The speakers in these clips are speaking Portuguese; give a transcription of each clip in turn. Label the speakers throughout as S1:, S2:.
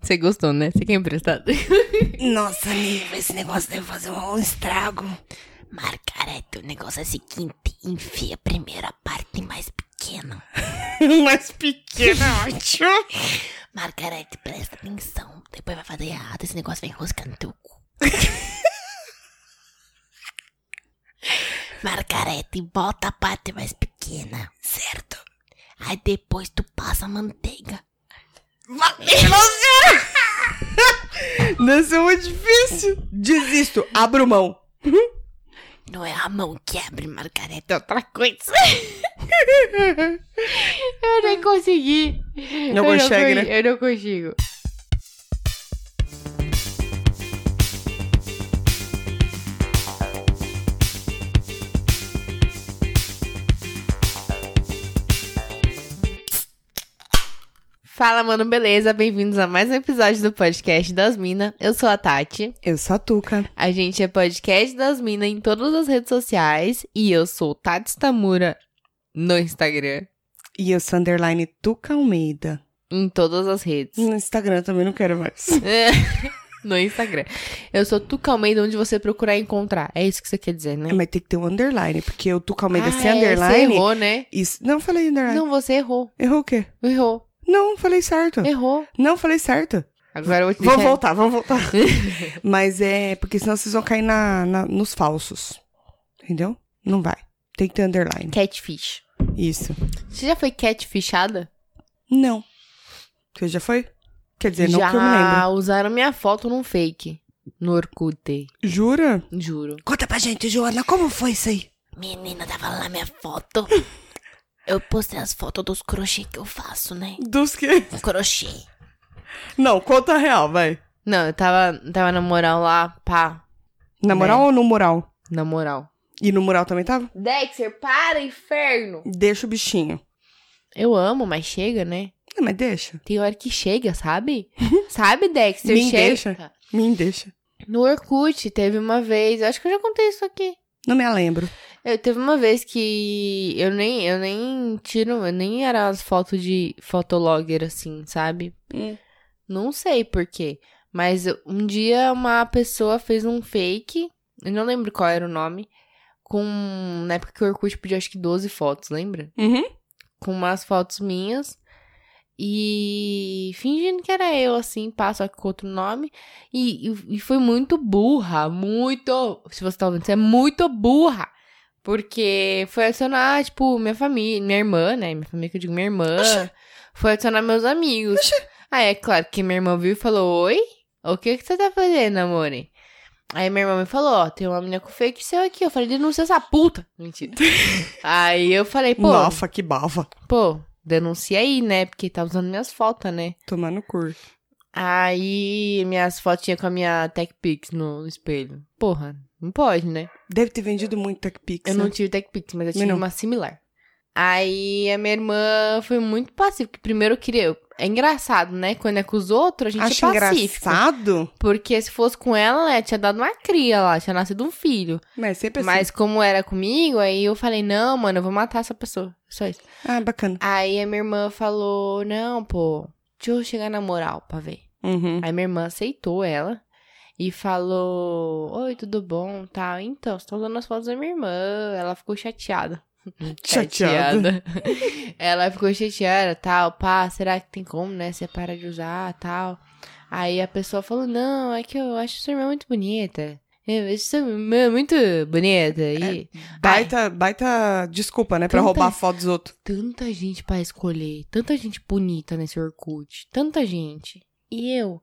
S1: Você gostou, né? Você quer emprestar?
S2: Nossa, amigo, esse negócio deve fazer um estrago. Margarete, o negócio é o seguinte: enfia a primeira parte mais pequena.
S3: Mais pequeno, ótimo.
S2: Margarete, presta atenção. Depois vai fazer errado, esse negócio vai enroscar no teu cu. Margarete, bota a parte mais pequena, certo? Aí depois tu passa a manteiga.
S3: Nossa, é muito difícil. Desisto, abro mão.
S2: Não é a mão que abre, Margarete.
S3: É outra coisa.
S1: Eu nem consegui.
S3: Não
S1: eu
S3: consegue,
S1: não,
S3: né?
S1: con- Eu não consigo. Fala, mano, beleza? Bem-vindos a mais um episódio do podcast das Minas. Eu sou a Tati.
S3: Eu sou a Tuca.
S1: A gente é podcast das Minas em todas as redes sociais. E eu sou Tati Stamura no Instagram.
S3: E eu sou underline Tuca Almeida.
S1: Em todas as redes.
S3: No Instagram também não quero mais.
S1: no Instagram. Eu sou Tuca Almeida, onde você procurar e encontrar. É isso que você quer dizer, né?
S3: É, Mas tem que ter um underline, porque o Tuca Almeida
S1: Ah,
S3: sem
S1: é, Você
S3: underline. Ah.
S1: errou, né?
S3: Isso. Não falei underline.
S1: Não, você errou.
S3: Errou o quê?
S1: Errou.
S3: Não, falei certo.
S1: Errou.
S3: Não, falei certo.
S1: Agora eu vou te
S3: Vamos
S1: deixar...
S3: Ah. voltar, vamos voltar. Mas é, porque senão vocês vão cair na, na- nos falsos. Entendeu? Não vai. Tem que ter underline.
S1: Catfish.
S3: Isso.
S1: Você já foi catfishada?
S3: Não. Você já foi? Quer dizer, não
S1: já
S3: que eu me lembro.
S1: usaram minha foto num fake. No Orkut.
S3: Jura?
S1: Juro.
S3: Conta pra gente, Joana, como foi isso aí?
S2: Menina, tava lá minha foto. Eu postei as fotos dos crochê que eu faço, né?
S3: Dos que?
S2: Crochê.
S3: Não, conta a real, vai.
S1: Não, eu tava, tava na moral lá, pá.
S3: Na moral ou no moral?
S1: Na moral.
S3: E no mural também tava?
S1: Dexter, para, inferno!
S3: Deixa o bichinho.
S1: Eu amo, mas chega, né?
S3: Não, mas deixa.
S1: Tem hora que chega, sabe? sabe, Dexter?
S3: Me
S1: chega.
S3: deixa. Me deixa.
S1: No Orkut teve uma vez, eu acho que eu já contei isso aqui.
S3: Não me lembro.
S1: Eu teve uma vez que eu nem eu nem tiro, eu nem era as fotos de fotologger assim, sabe?
S3: Hum.
S1: Não sei por quê, mas eu- um dia uma pessoa fez um fake, eu não lembro qual era o nome, com na época que o Orkut podia acho que 12 fotos, lembra?
S3: Uhum.
S1: Com umas fotos minhas e fingindo que era eu assim, passo aqui com outro nome. E, e- e foi muito burra, muito. Se você tá ouvindo, você é muito burra. Porque foi adicionar, tipo, minha família, minha irmã, né? Minha família que eu digo minha irmã. Foi adicionar meus amigos. Aí é claro que minha irmã viu e falou: Oi? O que, que você tá fazendo, amore? Aí minha irmã me falou, ó, tem uma menina com fake seu aqui. Eu falei, denuncia essa puta. Mentira. aí eu falei, pô,
S3: Nossa, que bava.
S1: pô, denuncia aí, né? Porque tá usando minhas fotos, né?
S3: Tomar no cu.
S1: Aí, minhas fotinhas com a minha TechPix no, no espelho. Porra, não pode, né?
S3: Deve ter vendido muito TechPix.
S1: Eu
S3: né?
S1: não tive TechPix, mas eu tive
S3: Não.
S1: uma similar. Aí, a minha irmã foi muito passiva, porque primeiro eu queria... eu- É engraçado, né? Quando é com os outros, a gente
S3: Acho
S1: é pacífico.
S3: engraçado,
S1: Porque se fosse com ela, né, tinha dado uma cria lá, tinha nascido um filho.
S3: mas sempre assim.
S1: Mas como era comigo, aí eu falei, não, mano, eu vou matar essa pessoa. Só isso.
S3: Ah, bacana.
S1: Aí a minha irmã falou, não, pô, deixa eu chegar na moral pra ver.
S3: Uhum.
S1: Aí minha irmã aceitou ela e falou: Oi, tudo bom? Tá, então, você tá usando as fotos da minha irmã. Ela ficou chateada.
S3: Chateada.
S1: ela ficou chateada, tal, pá, será que tem como, né? Você para de usar, tal. Aí a pessoa falou: Não, é que eu acho sua irmã muito bonita. Eu acho sua irmã é muito bonita. E
S3: Baita, baita desculpa, né? Pra
S1: Tanta-
S3: roubar a foto dos outros.
S1: tanta gente pra escolher, tanta gente bonita nesse Orkut, tanta gente. E eu,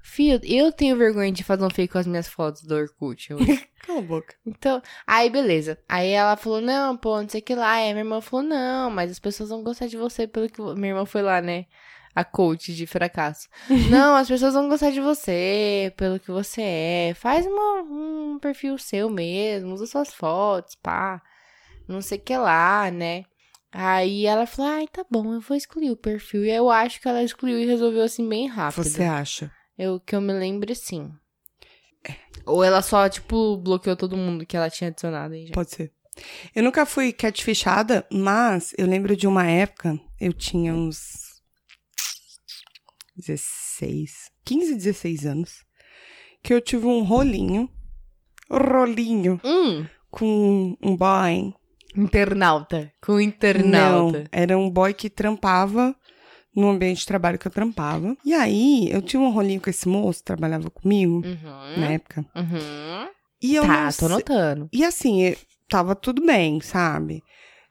S1: filho, eu tenho vergonha de fazer um fake com as minhas fotos do Orkut. eu-
S3: Cala a boca.
S1: Então, aí beleza. Aí ela falou, não, pô, não sei o que lá. Aí minha irmã falou, não, mas as pessoas vão gostar de você pelo que... vo- Minha irmã foi lá, né? A coach de fracasso. não, as pessoas vão gostar de você pelo que você é. Faz uma- um perfil seu mesmo, usa suas fotos, pá. Não sei o que lá, né? Aí ela falou, ai, tá bom, eu vou excluir o perfil. E eu acho que ela excluiu e resolveu assim bem rápido.
S3: Você acha?
S1: Eu que eu me lembro, sim.
S3: É.
S1: Ou ela só, tipo, bloqueou todo mundo que ela tinha adicionado aí já.
S3: Pode ser. Eu nunca fui catfishada, mas eu lembro de uma época, eu tinha uns 16, 15, 16 anos, que eu tive um rolinho, rolinho,
S1: Hum,
S3: com um boy.
S1: internauta. Com internauta.
S3: Não, era um boy que trampava no ambiente de trabalho que eu trampava. E aí, eu tinha um rolinho com esse moço, trabalhava comigo
S1: Uhum.
S3: na época.
S1: Uhum.
S3: E Né? eu
S1: Tá,
S3: não
S1: tô
S3: sei-
S1: notando.
S3: E assim, eh, tava tudo bem, sabe?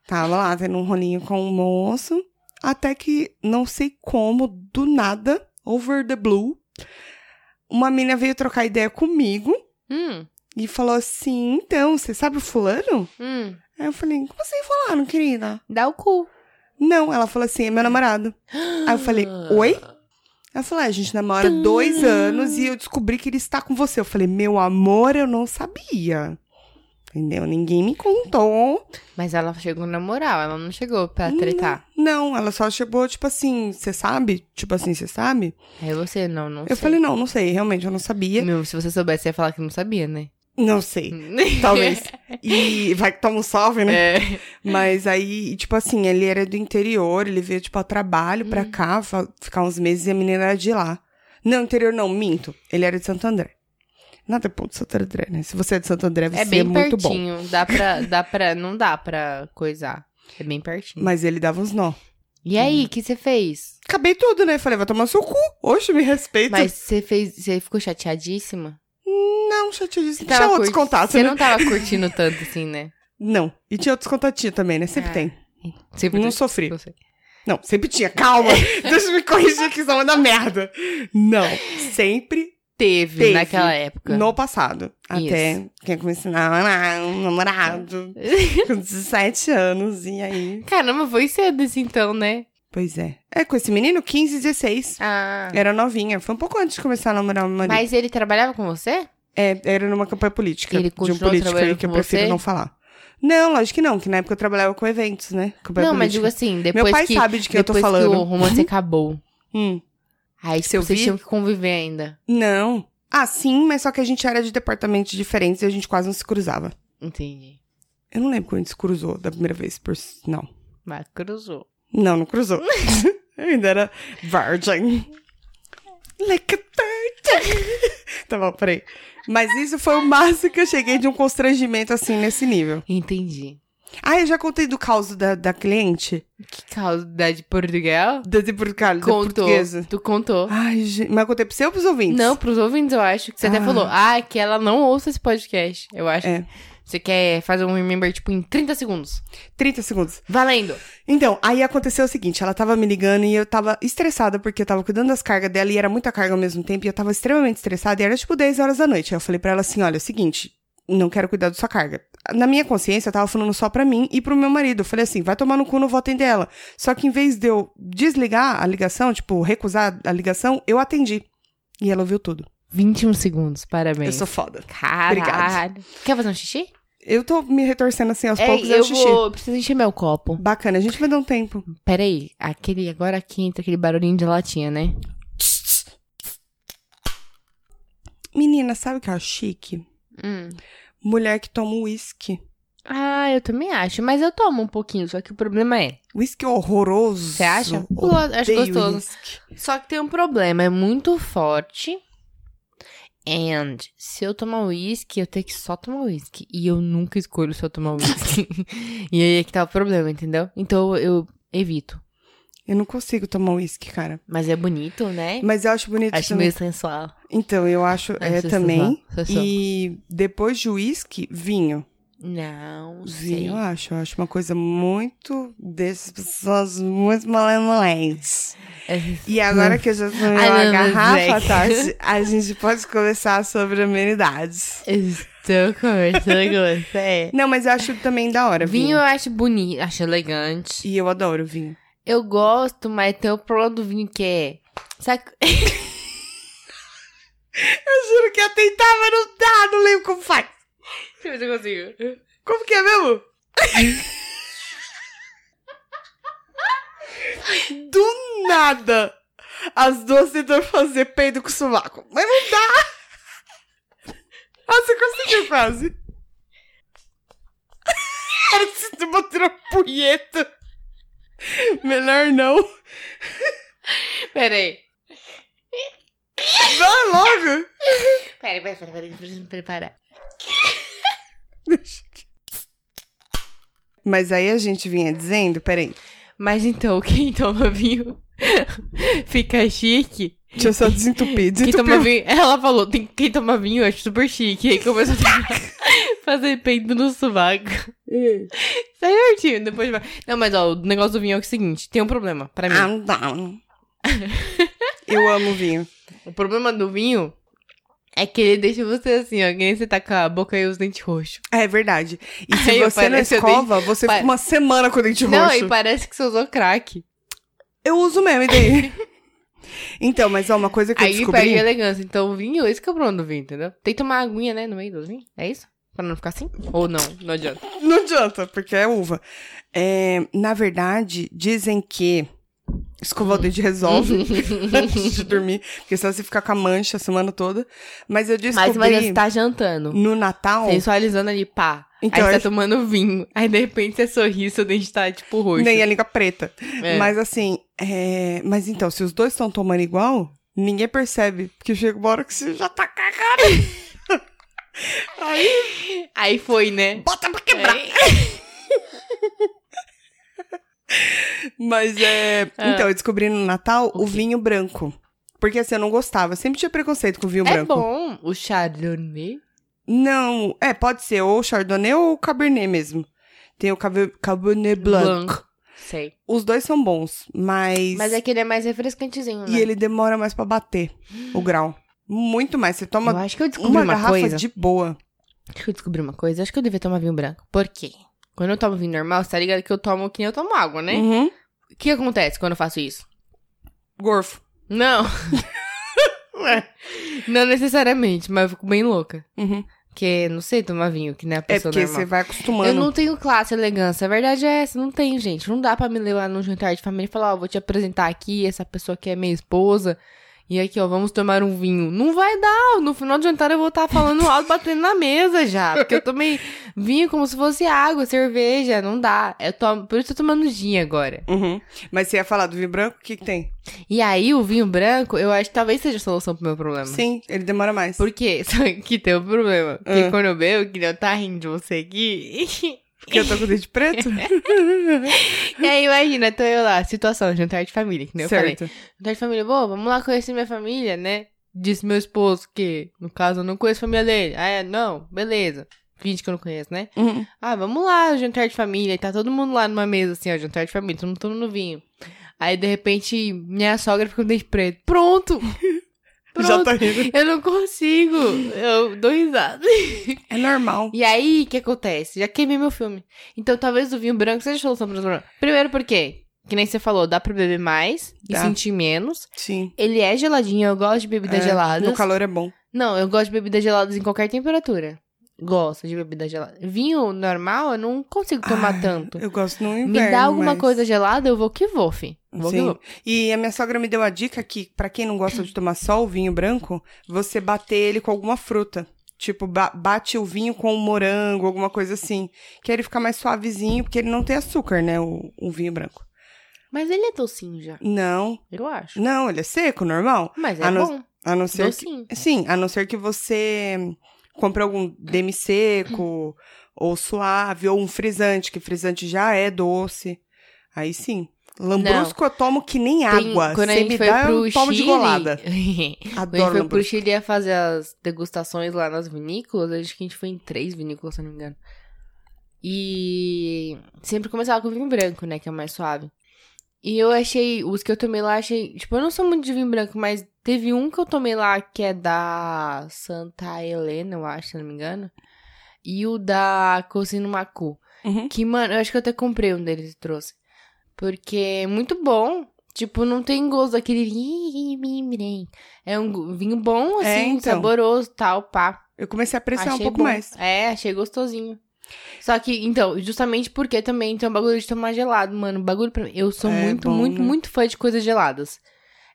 S3: Tava lá tendo um rolinho com um moço, até que não sei como, do nada, over the blue, uma mina veio trocar ideia comigo
S1: Hum,
S3: e falou assim: "Então, você sabe o fulano?"
S1: hum.
S3: Aí eu falei: "Como assim falaram, querida?"
S1: Dá o cu.
S3: Não, ela falou assim: "É meu namorado." Aí eu falei: "Oi?" Ela falou: "É, "A gente namora dois anos e eu descobri que ele está com você." Eu falei: "Meu amor, eu não sabia." Entendeu? Ninguém me contou.
S1: Mas ela chegou na moral, ela não chegou pra
S3: Hum.
S1: tretar.
S3: Não, ela só chegou, tipo assim, você sabe? Tipo assim, você sabe?
S1: Aí É você, não, não
S3: eu
S1: sei.
S3: falei, não, não sei, realmente, eu não sabia.
S1: Meu, se você soubesse, você ia falar que não sabia, né?
S3: Não sei, talvez. E vai que toma um salve, né?
S1: É.
S3: Mas aí, tipo assim, ele era do interior, ele veio, tipo, a trabalho
S1: Uhum.
S3: pra cá, fa- ficar uns meses e a menina era de lá. Não, interior não, minto. Ele era de Santo André. Nada é bom de Santo André, né? Se você é de Santo André, você
S1: É bem
S3: muito bom.
S1: pertinho. Dá pra, dá pra. Não dá pra coisar. É bem pertinho.
S3: Mas ele dava uns nó.
S1: E aí, o que você fez?
S3: Acabei tudo, né? Falei, vai tomar seu cu. Oxe, me respeita.
S1: Mas você fez. Você ficou chateadíssima?
S3: Não, chateadíssimo.
S1: Você
S3: Tinha
S1: tava
S3: outros
S1: curti-
S3: contatos,
S1: Você
S3: né?
S1: não tava curtindo tanto assim, né?
S3: Não. E tinha outros contatinhos também, né? Sempre
S1: Ah.
S3: tem.
S1: Sempre
S3: Não
S1: tem-
S3: sofri.
S1: não sei.
S3: Não, sempre tinha. Calma. Deixa eu me corrigir que isso é da merda. Não. Sempre
S1: Teve,
S3: Teve.
S1: naquela época.
S3: no passado. Até quem começou a namorar, um namorado com 17 anos. E aí...
S1: Caramba, foi cedo esse então, né?
S3: Pois é. É, com esse menino, 15, 16.
S1: Ah.
S3: Era novinha. Foi um pouco antes de começar a namorar o meu marido.
S1: Mas ele trabalhava com você?
S3: É, era numa campanha política.
S1: Ele
S3: de um
S1: continuou
S3: político aí
S1: trabalhando
S3: que eu
S1: com
S3: prefiro
S1: você?
S3: não falar. Não, lógico que não. Que na época eu trabalhava com eventos, né? Campanha
S1: não, mas digo
S3: política.
S1: assim, depois
S3: Meu pai
S1: que.
S3: sabe de quem eu tô
S1: depois
S3: falando.
S1: que o romance acabou.
S3: Hum.
S1: Aí
S3: Se eu
S1: tipo, vocês
S3: vi-
S1: tinham que conviver ainda.
S3: Não. Ah, sim, mas só que a gente era de departamentos diferentes e a gente quase não se cruzava.
S1: Entendi.
S3: Eu não lembro quando a gente se cruzou da primeira vez, por não.
S1: Mas cruzou.
S3: Não, não cruzou. Eu ainda era virgin. Like a virgin. tá bom, peraí. Mas isso foi o máximo que eu cheguei de um constrangimento assim nesse nível.
S1: Entendi.
S3: Ah, eu já contei do caos da, da cliente?
S1: Que causa da de Portugal?
S3: Da, de, por- cara, da
S1: Contou.
S3: portuguesa.
S1: Tu contou.
S3: Ai, gente. Mas eu contei pro seu ou pros ouvintes?
S1: Não, pros ouvintes, eu acho. Que você
S3: Ah.
S1: até falou, ah, que ela não ouça esse podcast. Eu acho.
S3: É.
S1: que Você quer fazer um remember, tipo, em 30 segundos.
S3: 30 segundos.
S1: Valendo!
S3: Então, aí aconteceu o seguinte, ela tava me ligando e eu tava estressada porque eu tava cuidando das cargas dela e era muita carga ao mesmo tempo e eu tava extremamente estressada e era tipo 10 horas da noite. Aí eu falei pra ela assim, olha, é o seguinte, não quero cuidar da sua carga. Na minha consciência, eu tava falando só pra mim e pro meu marido. Eu falei assim, vai tomar no cu, não vou atender ela. Só que em vez de eu desligar a ligação, tipo, recusar a ligação, eu atendi. E ela ouviu tudo.
S1: 21 segundos, parabéns.
S3: Eu sou foda.
S1: Caralho.
S3: Obrigado.
S1: Quer fazer um xixi?
S3: Eu tô me retorcendo assim aos poucos, é
S1: eu
S3: o xixi.
S1: vou... Preciso encher meu copo.
S3: Bacana, a gente vai dar um tempo.
S1: Peraí, aquele... Agora aqui entra aquele barulhinho de latinha, né?
S3: Menina, sabe o que eu acho chique?
S1: Hum.
S3: Mulher que toma uísque.
S1: Ah, eu também acho. Mas eu tomo um pouquinho, só que o problema é...
S3: Whisky horroroso.
S1: Você acha? Eu acho
S3: Odeio
S1: gostoso.
S3: whisky.
S1: Só que tem um problema, é muito forte. And se eu tomar uísque, eu tenho que só tomar uísque. E eu nunca escolho só tomar uísque. e aí é que tá o problema, entendeu? Então eu evito.
S3: Eu não consigo tomar whisky, cara.
S1: Mas é bonito, né?
S3: Mas eu acho bonito
S1: Acho
S3: também.
S1: meio sensual.
S3: Então, eu acho é,
S1: Acho
S3: também.
S1: sensual, sensual.
S3: E depois de whisky, vinho.
S1: Não sei.
S3: Vinho, eu acho. Eu acho uma coisa muito dessas pessoas muito malemolentes.
S1: É.
S3: E agora que eu já tomei
S1: Ai,
S3: uma
S1: meu Deus,
S3: garrafa,
S1: Zé.
S3: Tati, a gente pode conversar sobre amenidades.
S1: Eu Estou conversando com você.
S3: Não, mas eu acho também da hora.
S1: Vinho eu acho bonito, acho elegante.
S3: E eu adoro vinho.
S1: Eu gosto, mas tem o problema do vinho que é. Sabe?
S3: Eu juro que ia tentar, mas não dá. Não lembro como faz.
S1: Deixa eu ver se eu consigo.
S3: Como que é mesmo? Do nada, as duas tentam fazer peido com sovaco. Mas não dá! Ah, você conseguiu quase. Cara, você tá batendo uma punheta. Melhor não.
S1: Pera aí. Peraí, peraí, peraí, peraí, preciso me preparar.
S3: Mas aí a gente vinha dizendo, peraí,
S1: Mas então, quem toma vinho fica chique.
S3: deixa eu só desentupir.
S1: Quem
S3: Desentupir.
S1: toma vinho, ela falou, tem, quem toma vinho é super chique. Aí começou a ter- fazer peido no sovaco. Tá certinho, depois vai. Não, mas ó, o negócio do vinho é o seguinte, tem um problema pra mim.
S3: I'm down. Ah, Eu amo vinho.
S1: O problema do vinho é que ele deixa você assim, ó, que nem você tá com a boca e os dentes roxos.
S3: É verdade. E se
S1: Aí eu
S3: você não
S1: parece- eu dei-
S3: escova, você
S1: Pa-
S3: fica uma semana com o dente
S1: Não,
S3: roxo.
S1: e parece que você usou crack.
S3: Eu uso mesmo, e daí? então, mas ó, uma coisa que eu
S1: Aí
S3: descobri...
S1: perde a elegância. Então o vinho, esse que é o problema do vinho, entendeu? Tem que tomar aguinha, né, no meio do vinho. É isso? Pra não ficar assim? Ou não, não adianta.
S3: Não adianta, porque é uva. É, na verdade, dizem que escovar o dente resolve antes de dormir, porque senão você fica com a mancha a semana toda. Mas eu descobri
S1: Mas, mas você tá jantando.
S3: no Natal,
S1: Sensualizando ali, pá.
S3: Então,
S1: aí você
S3: eu-
S1: tá tomando vinho. Aí de repente você sorri, seu dente tá tipo roxo.
S3: nem a língua preta.
S1: É.
S3: Mas assim, é, mas então, se os dois estão tomando igual, ninguém percebe, porque chega uma hora que você já tá cagado. Aí,
S1: Aí foi, né?
S3: bota pra quebrar. Mas é. Então, eu descobri no Natal o, vinho branco. Porque assim, eu não gostava. Eu sempre tinha preconceito com vinho
S1: É
S3: branco.
S1: bom o chardonnay.
S3: Não, é, pode ser ou Chardonnay ou Cabernet mesmo. Tem o Cabe- Cabernet Blanc.
S1: Blanc. Sei.
S3: Os dois são bons, mas.
S1: Mas é que ele é mais refrescantezinho, né?
S3: E ele demora mais pra bater o grau. Muito mais. Você
S1: eu
S3: toma
S1: acho que eu descobri
S3: é uma,
S1: uma,
S3: garrafa
S1: coisa.
S3: de boa.
S1: Acho que eu descobri uma coisa. Acho que eu devia tomar vinho branco. Por quê? Quando eu tomo vinho normal, você tá ligado que eu tomo que nem eu tomo água, né?
S3: Uhum.
S1: O que acontece quando eu faço isso?
S3: Gorfo.
S1: Não. Não necessariamente, mas eu fico bem louca.
S3: Uhum.
S1: Porque não sei tomar vinho, que nem a
S3: É
S1: pessoa
S3: porque
S1: normal.
S3: você vai acostumando.
S1: Eu não tenho classe, elegância. A verdade é essa, não tenho, gente. Não dá pra me levar num jantar de família e falar, ó, vou te apresentar aqui, essa pessoa que é minha esposa. E aqui, ó, vamos tomar um vinho. Não vai dar. No final do jantar eu vou estar falando alto, batendo na mesa já. Porque eu tomei vinho como se fosse água, cerveja. Não dá. Eu tomo, por isso eu tô tomando gin agora.
S3: Uhum. Mas você ia falar do vinho branco, o que, que tem?
S1: E aí, o vinho branco, eu acho que talvez seja a solução pro meu problema.
S3: Sim, ele demora mais.
S1: Por quê? Só que tem um problema. Porque
S3: Ah.
S1: quando eu bebo, que nem eu tá rindo de você aqui.
S3: Porque eu tô com o dente preto?
S1: E aí, imagina, tô eu lá, situação, jantar de família, que nem eu falei.
S3: certo.
S1: Jantar de família, bom, vamos lá conhecer minha família, né? Disse meu esposo que, no caso, eu não conheço a família dele. Ah, é, não, beleza. Finge que eu não conheço, né?
S3: Uhum.
S1: Ah, vamos lá, jantar de família. E tá todo mundo lá numa mesa, assim, ó, jantar de família, todo mundo tomando vinho. Aí, de repente, minha sogra fica com o dente preto. Pronto!
S3: Já
S1: Pronto!
S3: tá rindo.
S1: Eu não consigo! Eu dou risada.
S3: É normal.
S1: E aí, o que acontece? Já queimei meu filme. Então, talvez o vinho branco seja a solução para problema. Primeiro porque, que nem você falou, dá pra beber mais e
S3: Dá.
S1: sentir menos.
S3: Sim.
S1: Ele é geladinho, eu gosto de bebidas
S3: É,
S1: geladas.
S3: No calor é bom.
S1: Não, eu gosto de bebidas geladas em qualquer temperatura. Gosto de bebida gelada. Vinho normal, eu não consigo tomar
S3: Ah,
S1: tanto.
S3: Eu gosto no inverno.
S1: Me dá alguma
S3: mas-
S1: coisa gelada, eu vou que vou, fi. Vou que
S3: Sim.
S1: vou.
S3: E a minha sogra me deu a dica que, pra quem não gosta de tomar só o vinho branco, você bater ele com alguma fruta. Tipo, ba- bate o vinho com um morango, alguma coisa assim. Que aí ele fica mais suavezinho, porque ele não tem açúcar, né? O, o vinho branco.
S1: Mas ele é docinho já,
S3: Não,
S1: eu acho.
S3: não, ele é seco, normal.
S1: Mas é
S3: Ah, não-
S1: bom,
S3: A não ser que.
S1: docinho.
S3: Sim, a não ser que você compre algum demi seco, ou suave, ou um frisante, que frisante já é doce. Aí sim. Lambrusco eu tomo que nem
S1: Tem-
S3: água.
S1: quando a
S3: Se
S1: gente
S3: me
S1: foi
S3: dá,
S1: pro
S3: eu tomo
S1: Chile...
S3: de golada.
S1: Quando a gente
S3: Adoro
S1: foi pro
S3: lambrusco.
S1: Chile ia fazer as degustações lá nas vinícolas, acho que a gente foi em três vinícolas, se eu não me engano. E sempre começava com vinho branco, né? Que é mais suave. E eu achei, os que eu tomei lá, achei. Tipo, eu não sou muito de vinho branco, mas teve um que eu tomei lá que é da Santa Helena, eu acho, se eu não me engano. E o da Cocino Macu.
S3: Uhum.
S1: Que, mano, eu acho que eu até comprei um deles e trouxe. Porque é muito bom. Tipo, não tem gosto daquele vinho. É um go- vinho bom, assim,
S3: É, então.
S1: saboroso, tal, pá.
S3: Eu comecei a apreciar um
S1: Achei
S3: pouco
S1: bom.
S3: mais.
S1: É, achei gostosinho. Só que, então, justamente porque também tem um bagulho de tomar gelado, mano. Bagulho pra mim. Eu sou
S3: É
S1: muito,
S3: bom,
S1: muito,
S3: né?
S1: muito fã de coisas geladas.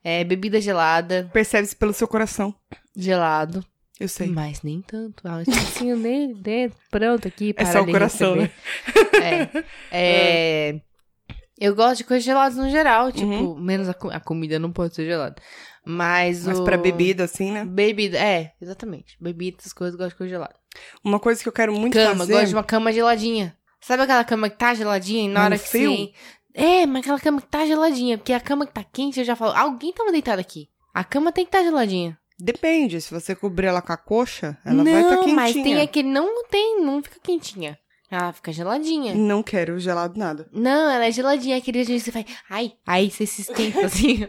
S1: É, bebida gelada,
S3: Percebe-se pelo seu coração.
S1: gelado.
S3: Eu sei.
S1: Mas nem tanto. Ah, um
S4: Tipo assim,
S1: espacinho nele dentro, pronto aqui.
S3: É
S1: para
S3: só o
S1: de
S3: coração,
S1: receber.
S3: Uhum.
S1: É. é... Eu gosto de coisas geladas no geral, tipo, menos a, co- a comida não pode ser gelada.
S4: Mas,
S3: Mas
S4: o...
S3: pra bebida, assim, né?
S4: Bebida, é, exatamente. Bebida, essas coisas, eu gosto de coisa gelada.
S3: Uma coisa que eu quero muito
S4: cama,
S3: fazer...
S4: gosto de uma cama geladinha. Sabe aquela cama que tá geladinha e na
S3: Mas
S4: hora
S3: no
S4: que
S3: frio?
S4: você... É, mas aquela cama que tá geladinha, porque a cama que tá quente, eu já falo, alguém tava deitado aqui. A cama tem que estar tá geladinha.
S3: Depende, se você cobrir ela com a coxa, ela
S4: não,
S3: vai estar quentinha.
S4: mas tem aquele, não tem, não fica quentinha. Ela fica geladinha.
S3: Não quero gelado nada.
S4: Não, ela é geladinha, aquele dia que você faz, ai, aí você se esquenta assim.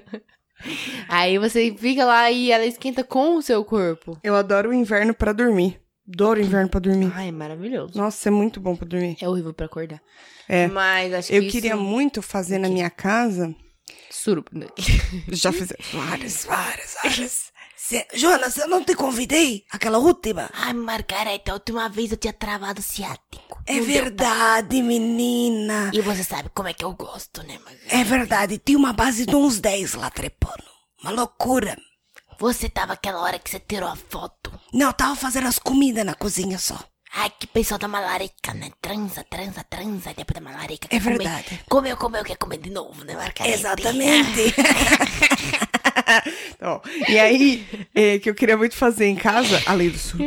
S4: aí você fica lá e ela esquenta com o seu corpo.
S3: Eu adoro o inverno pra dormir. Adoro o inverno pra dormir.
S4: Ai, maravilhoso.
S3: Hum. Nossa, é muito bom pra dormir.
S4: É horrível pra acordar.
S3: É.
S4: Mas acho
S3: Eu
S4: que
S3: queria
S4: isso...
S3: muito fazer na
S4: Ok.
S3: minha casa.
S4: Suruba.
S3: Já fiz
S1: Várias,
S3: várias.
S1: várias, várias. Uhum. Cê, Jonas, eu não te convidei? Aquela última?
S5: Ai, Margareta, a última vez eu tinha travado o ciático.
S1: É verdade, menina.
S5: E você sabe como é que eu gosto, né, Margareta?
S1: É verdade, tinha uma base de uns 10 lá trepando. Uma loucura.
S5: Você tava aquela hora que você tirou a foto.
S1: Não, eu tava fazendo as comidas na cozinha só.
S5: Ai, que pessoal da malarica, né? Transa, transa, transa, e depois da malarica.
S1: É
S5: quer comer.
S1: verdade.
S5: Comeu, comeu, quer comer de novo, né, Margareta?
S1: Exatamente.
S3: Ó, e aí, é, que eu queria muito fazer em casa, além do sul.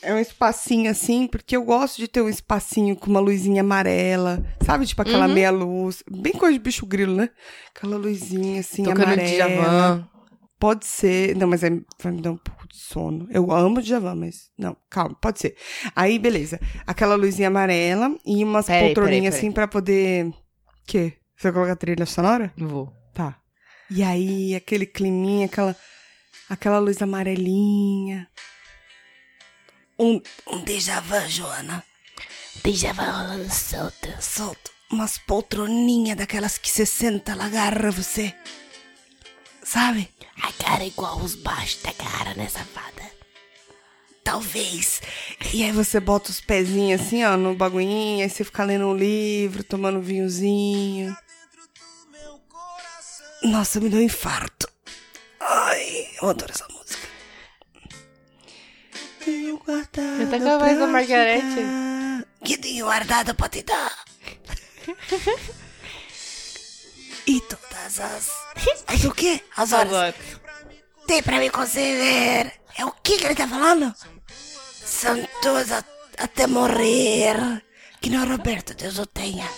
S3: É um espacinho assim, porque eu gosto de ter um espacinho com uma luzinha amarela, sabe? Tipo aquela
S4: Uhum.
S3: meia luz, bem coisa de bicho grilo, né? Aquela luzinha assim
S4: Tocando
S3: amarela.
S4: de Djavan.
S3: Pode ser. Não, mas aí vai me dar um pouco de sono. Eu amo Djavan, mas. Não, calma, pode ser. Aí, beleza. Aquela luzinha amarela e umas
S4: Peraí, peraí,
S3: poltroninhas
S4: peraí.
S3: assim pra poder. Quê? Você coloca a trilha sonora?
S4: Vou.
S3: Tá. E aí, aquele climinha, aquela. Aquela luz amarelinha. Um,
S1: um déjà vu, Joana.
S5: Deixa vai rolando solto.
S1: Solto. Umas poltroninhas daquelas que você senta, ela agarra você. Sabe?
S5: A cara é igual os baixos da cara, né, safada?
S1: Talvez.
S3: e aí você bota os pezinhos assim, ó, no bagulhinho, aí você fica lendo um livro, tomando um vinhozinho.
S1: Nossa, me deu um infarto. Ai, eu adoro essa música. Tenho guardado.
S4: Eu tô com a voz da
S1: pra
S4: Margarete.
S1: te dar. Que tenho guardado pra te dar. e todas as. As o quê? As horas.
S4: Agora.
S1: Tem pra me conceder. É o que que ele tá falando? São todas a- até morrer. Que não, Roberto, Deus o tenha.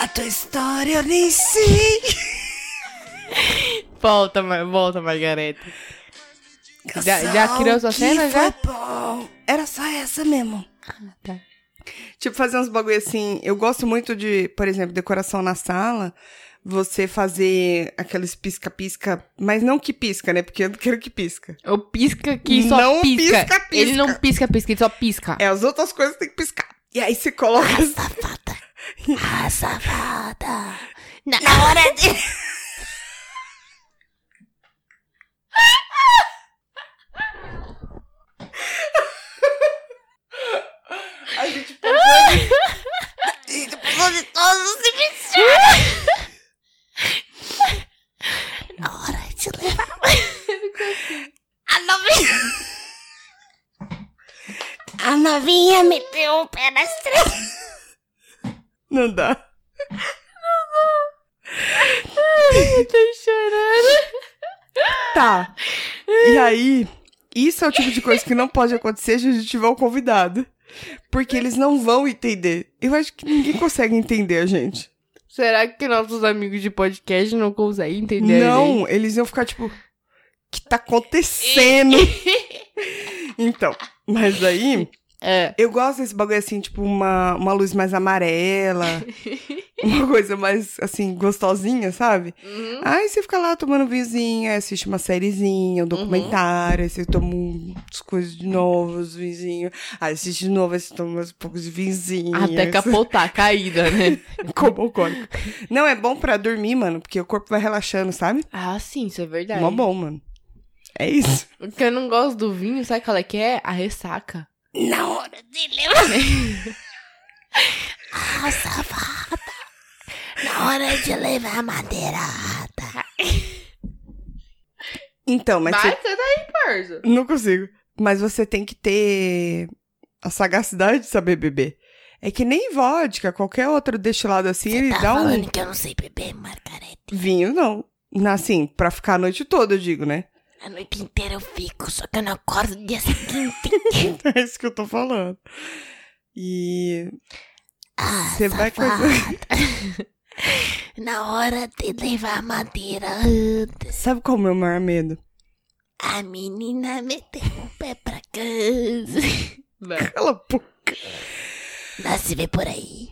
S1: A tua história eu nem sei.
S4: Volta, Mar- volta, Margareta. Já- já
S1: Só
S4: criou sua
S1: o que
S4: cena, já? Ah, tá.
S1: foi bom. Era só essa mesmo.
S3: Tipo, fazer uns bagulho assim. Eu gosto muito de, por exemplo, decoração na sala. Você fazer aqueles pisca-pisca, mas não que pisca, né? Porque eu não quero que pisca.
S4: O pisca que só
S3: Não
S4: pisca.
S3: pisca, pisca.
S4: Ele não pisca, pisca, ele só pisca.
S3: É, as outras coisas tem que piscar. E aí você coloca. assim.
S5: Safada. Ah, safada. Na
S1: hora de.
S3: A gente pode...
S1: de todos os
S5: Na hora de levar.
S1: A novinha meteu o pé nas três.
S3: Não dá.
S4: Tô chorando.
S3: Tá. E aí, isso é o tipo de coisa que não pode acontecer se a gente tiver um convidado. Porque eles não vão entender. Eu acho que ninguém consegue entender a gente.
S4: Será que nossos amigos de podcast não conseguem entender? né? a gente?
S3: não, eles iam ficar tipo, o que tá acontecendo? então, mas aí,
S4: É.
S3: eu gosto desse bagulho assim, tipo, uma, uma luz mais amarela, uma coisa mais, assim, gostosinha, sabe?
S4: Uhum.
S3: Aí você fica lá tomando vinhozinho, aí assiste uma sériezinha, um documentário, aí você toma um, umas coisas de novo, os vinhozinhos, aí assiste de novo, aí você toma uns poucos de vinhozinho.
S4: Até capotar, caída, né?
S3: Como alcoólico. Não, é bom pra dormir, mano, porque o corpo vai relaxando, sabe?
S4: Ah, sim, isso é verdade.
S3: Mó bom, mano. É isso.
S4: O que eu não gosto do vinho, sabe qual é que é? A ressaca.
S1: Na hora de levar.
S5: Ah, safada. Na hora de levar a madeirada.
S3: Então, mas, você-
S4: você daí, parça.
S3: não consigo. Mas você tem que ter a sagacidade de saber beber. É que nem vodka, qualquer outro destilado assim, ele
S1: Tá
S3: dá um
S1: falando que eu não sei beber, Margarete.
S3: vinho, não. Na- Assim, pra ficar a noite toda, eu digo, né?
S1: A noite inteira eu fico, só que eu não acordo no dia seguinte.
S3: É isso que eu tô falando. E
S1: Ah,
S3: você vai
S1: safada.
S3: coisa.
S1: Na hora de levar madeira, ah,
S3: Sabe qual é o meu maior medo?
S1: a menina meteu o pé pra casa.
S3: Cala a boca.
S1: Nós se vê por aí.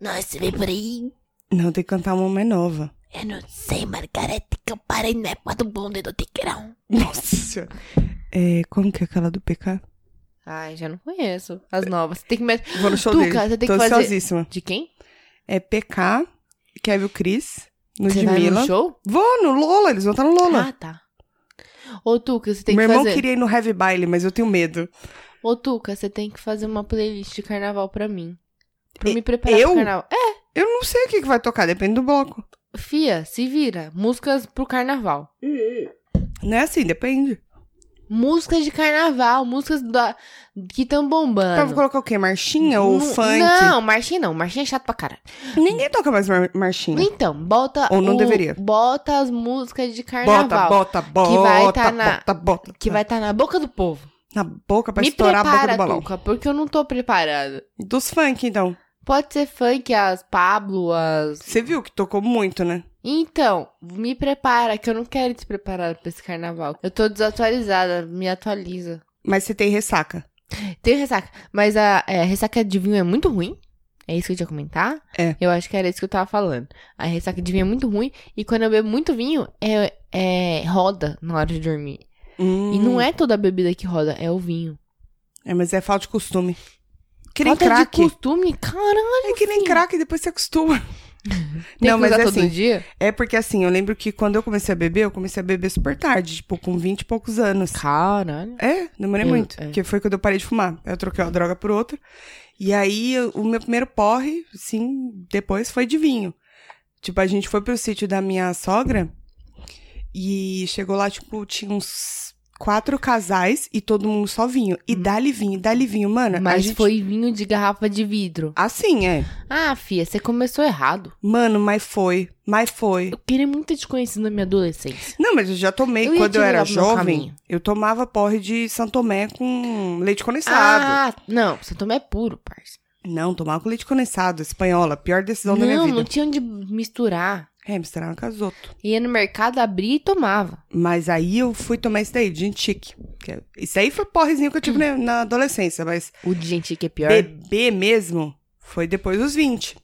S1: Nós se vê por aí.
S3: Não, tem que cantar uma mais nova.
S1: Eu não sei, Margarete, que eu parei na época do bonde do Tigrão.
S3: Nossa senhora. É, como que é aquela do PK?
S4: Ai, já não conheço as novas. Tem que met...
S3: Vou no show
S4: Tuca,
S3: dele.
S4: você tem
S3: Tô
S4: que fazer-
S3: ansiosíssima.
S4: De quem?
S3: É PK, Kevin o Cris,
S4: Você vai
S3: Ludmilla.
S4: no show?
S3: Vou no Lola, eles vão estar no Lola.
S4: Ah, tá. Ô, Tuca, você tem
S3: Meu
S4: que
S3: irmão
S4: fazer...
S3: queria ir no Heavy Baile, mas eu tenho medo.
S4: Ô, Tuca, você tem que fazer uma playlist de carnaval pra mim. Pra me preparar
S3: eu?
S4: pro carnaval. É,
S3: Eu não sei o que, que vai tocar, depende do bloco.
S4: Fia, se vira. Músicas pro carnaval.
S3: Não é assim, depende.
S4: Músicas de carnaval, músicas da... que tão
S3: Pra
S4: bombando.
S3: colocar né, o quê? Marchinha ou
S4: Não-
S3: funk?
S4: Não, marchinha não. Marchinha é chato pra caralho.
S3: Ninguém toca mais mar- marchinha.
S4: Então, bota.
S3: Ou não
S4: o-
S3: deveria.
S4: Bota as músicas de
S3: Bota,
S4: carnaval.
S3: bota, bota,
S4: vai tá na-
S3: bota, bota.
S4: Que vai estar na boca do povo.
S3: Na boca pra
S4: Me
S3: estourar a boca
S4: prepara,
S3: do balão.
S4: Tuca, porque eu não tô preparada.
S3: Dos funk, então.
S4: Pode ser funk, as Pablo, as.
S3: Você viu que tocou muito, né?
S4: Então, me prepara, que eu não quero despreparada pra esse carnaval. Eu tô desatualizada, me atualiza.
S3: Mas você tem ressaca.
S4: Tem ressaca, mas a é, a ressaca de vinho é muito ruim. É isso que eu tinha que comentar?
S3: É.
S4: Eu acho que era isso que eu tava falando. A ressaca de vinho é muito ruim. E quando eu bebo muito vinho, é, é roda na hora de dormir. E
S3: Hum.
S4: não é toda a bebida que roda, é o vinho.
S3: É, mas é falta de costume. Que nem
S4: Falta
S3: craque.
S4: de costume, caramba.
S3: É que nem craque, depois você acostuma.
S4: Tem
S3: não,
S4: que
S3: mas
S4: usar
S3: é
S4: todo
S3: assim.
S4: dia?
S3: É porque assim, eu lembro que quando eu comecei a beber, eu comecei a beber super tarde, tipo, com 20 e poucos anos.
S4: Caralho.
S3: É, demorei
S4: Eu-
S3: muito.
S4: é.
S3: Porque foi quando eu parei de fumar. Eu troquei uma droga por outra. E aí, eu- o meu primeiro porre, sim, depois foi de vinho. Tipo, a gente foi pro sítio da minha sogra e chegou lá, tipo, tinha uns quatro casais e todo mundo só vinho. E dá-lhe vinho, dá-lhe vinho, mano. a
S4: Hum. Mas
S3: gente-
S4: foi vinho de garrafa de vidro.
S3: Assim, é.
S4: Ah, fia, você começou errado.
S3: Mano, mas foi, mas foi.
S4: Eu queria muito te conhecer na minha adolescência.
S3: Não, mas eu já tomei,
S4: Eu ia
S3: quando
S4: te
S3: eu era
S4: levar pro meu
S3: jovem,
S4: caminho.
S3: eu tomava porre de Santomé com leite condensado.
S4: Ah, não, São Tomé é puro, parça.
S3: Não, tomava com leite condensado, espanhola, pior decisão da minha
S4: Não,
S3: é vida.
S4: não tinha onde misturar.
S3: É, misturava com azoto.
S4: Ia no mercado, abria e tomava.
S3: Mas aí eu fui tomar isso daí, de gente chique. Que é- Isso aí foi porrezinho que eu tive na, na adolescência, mas
S4: O de gente que é pior.
S3: beber mesmo foi depois dos 20.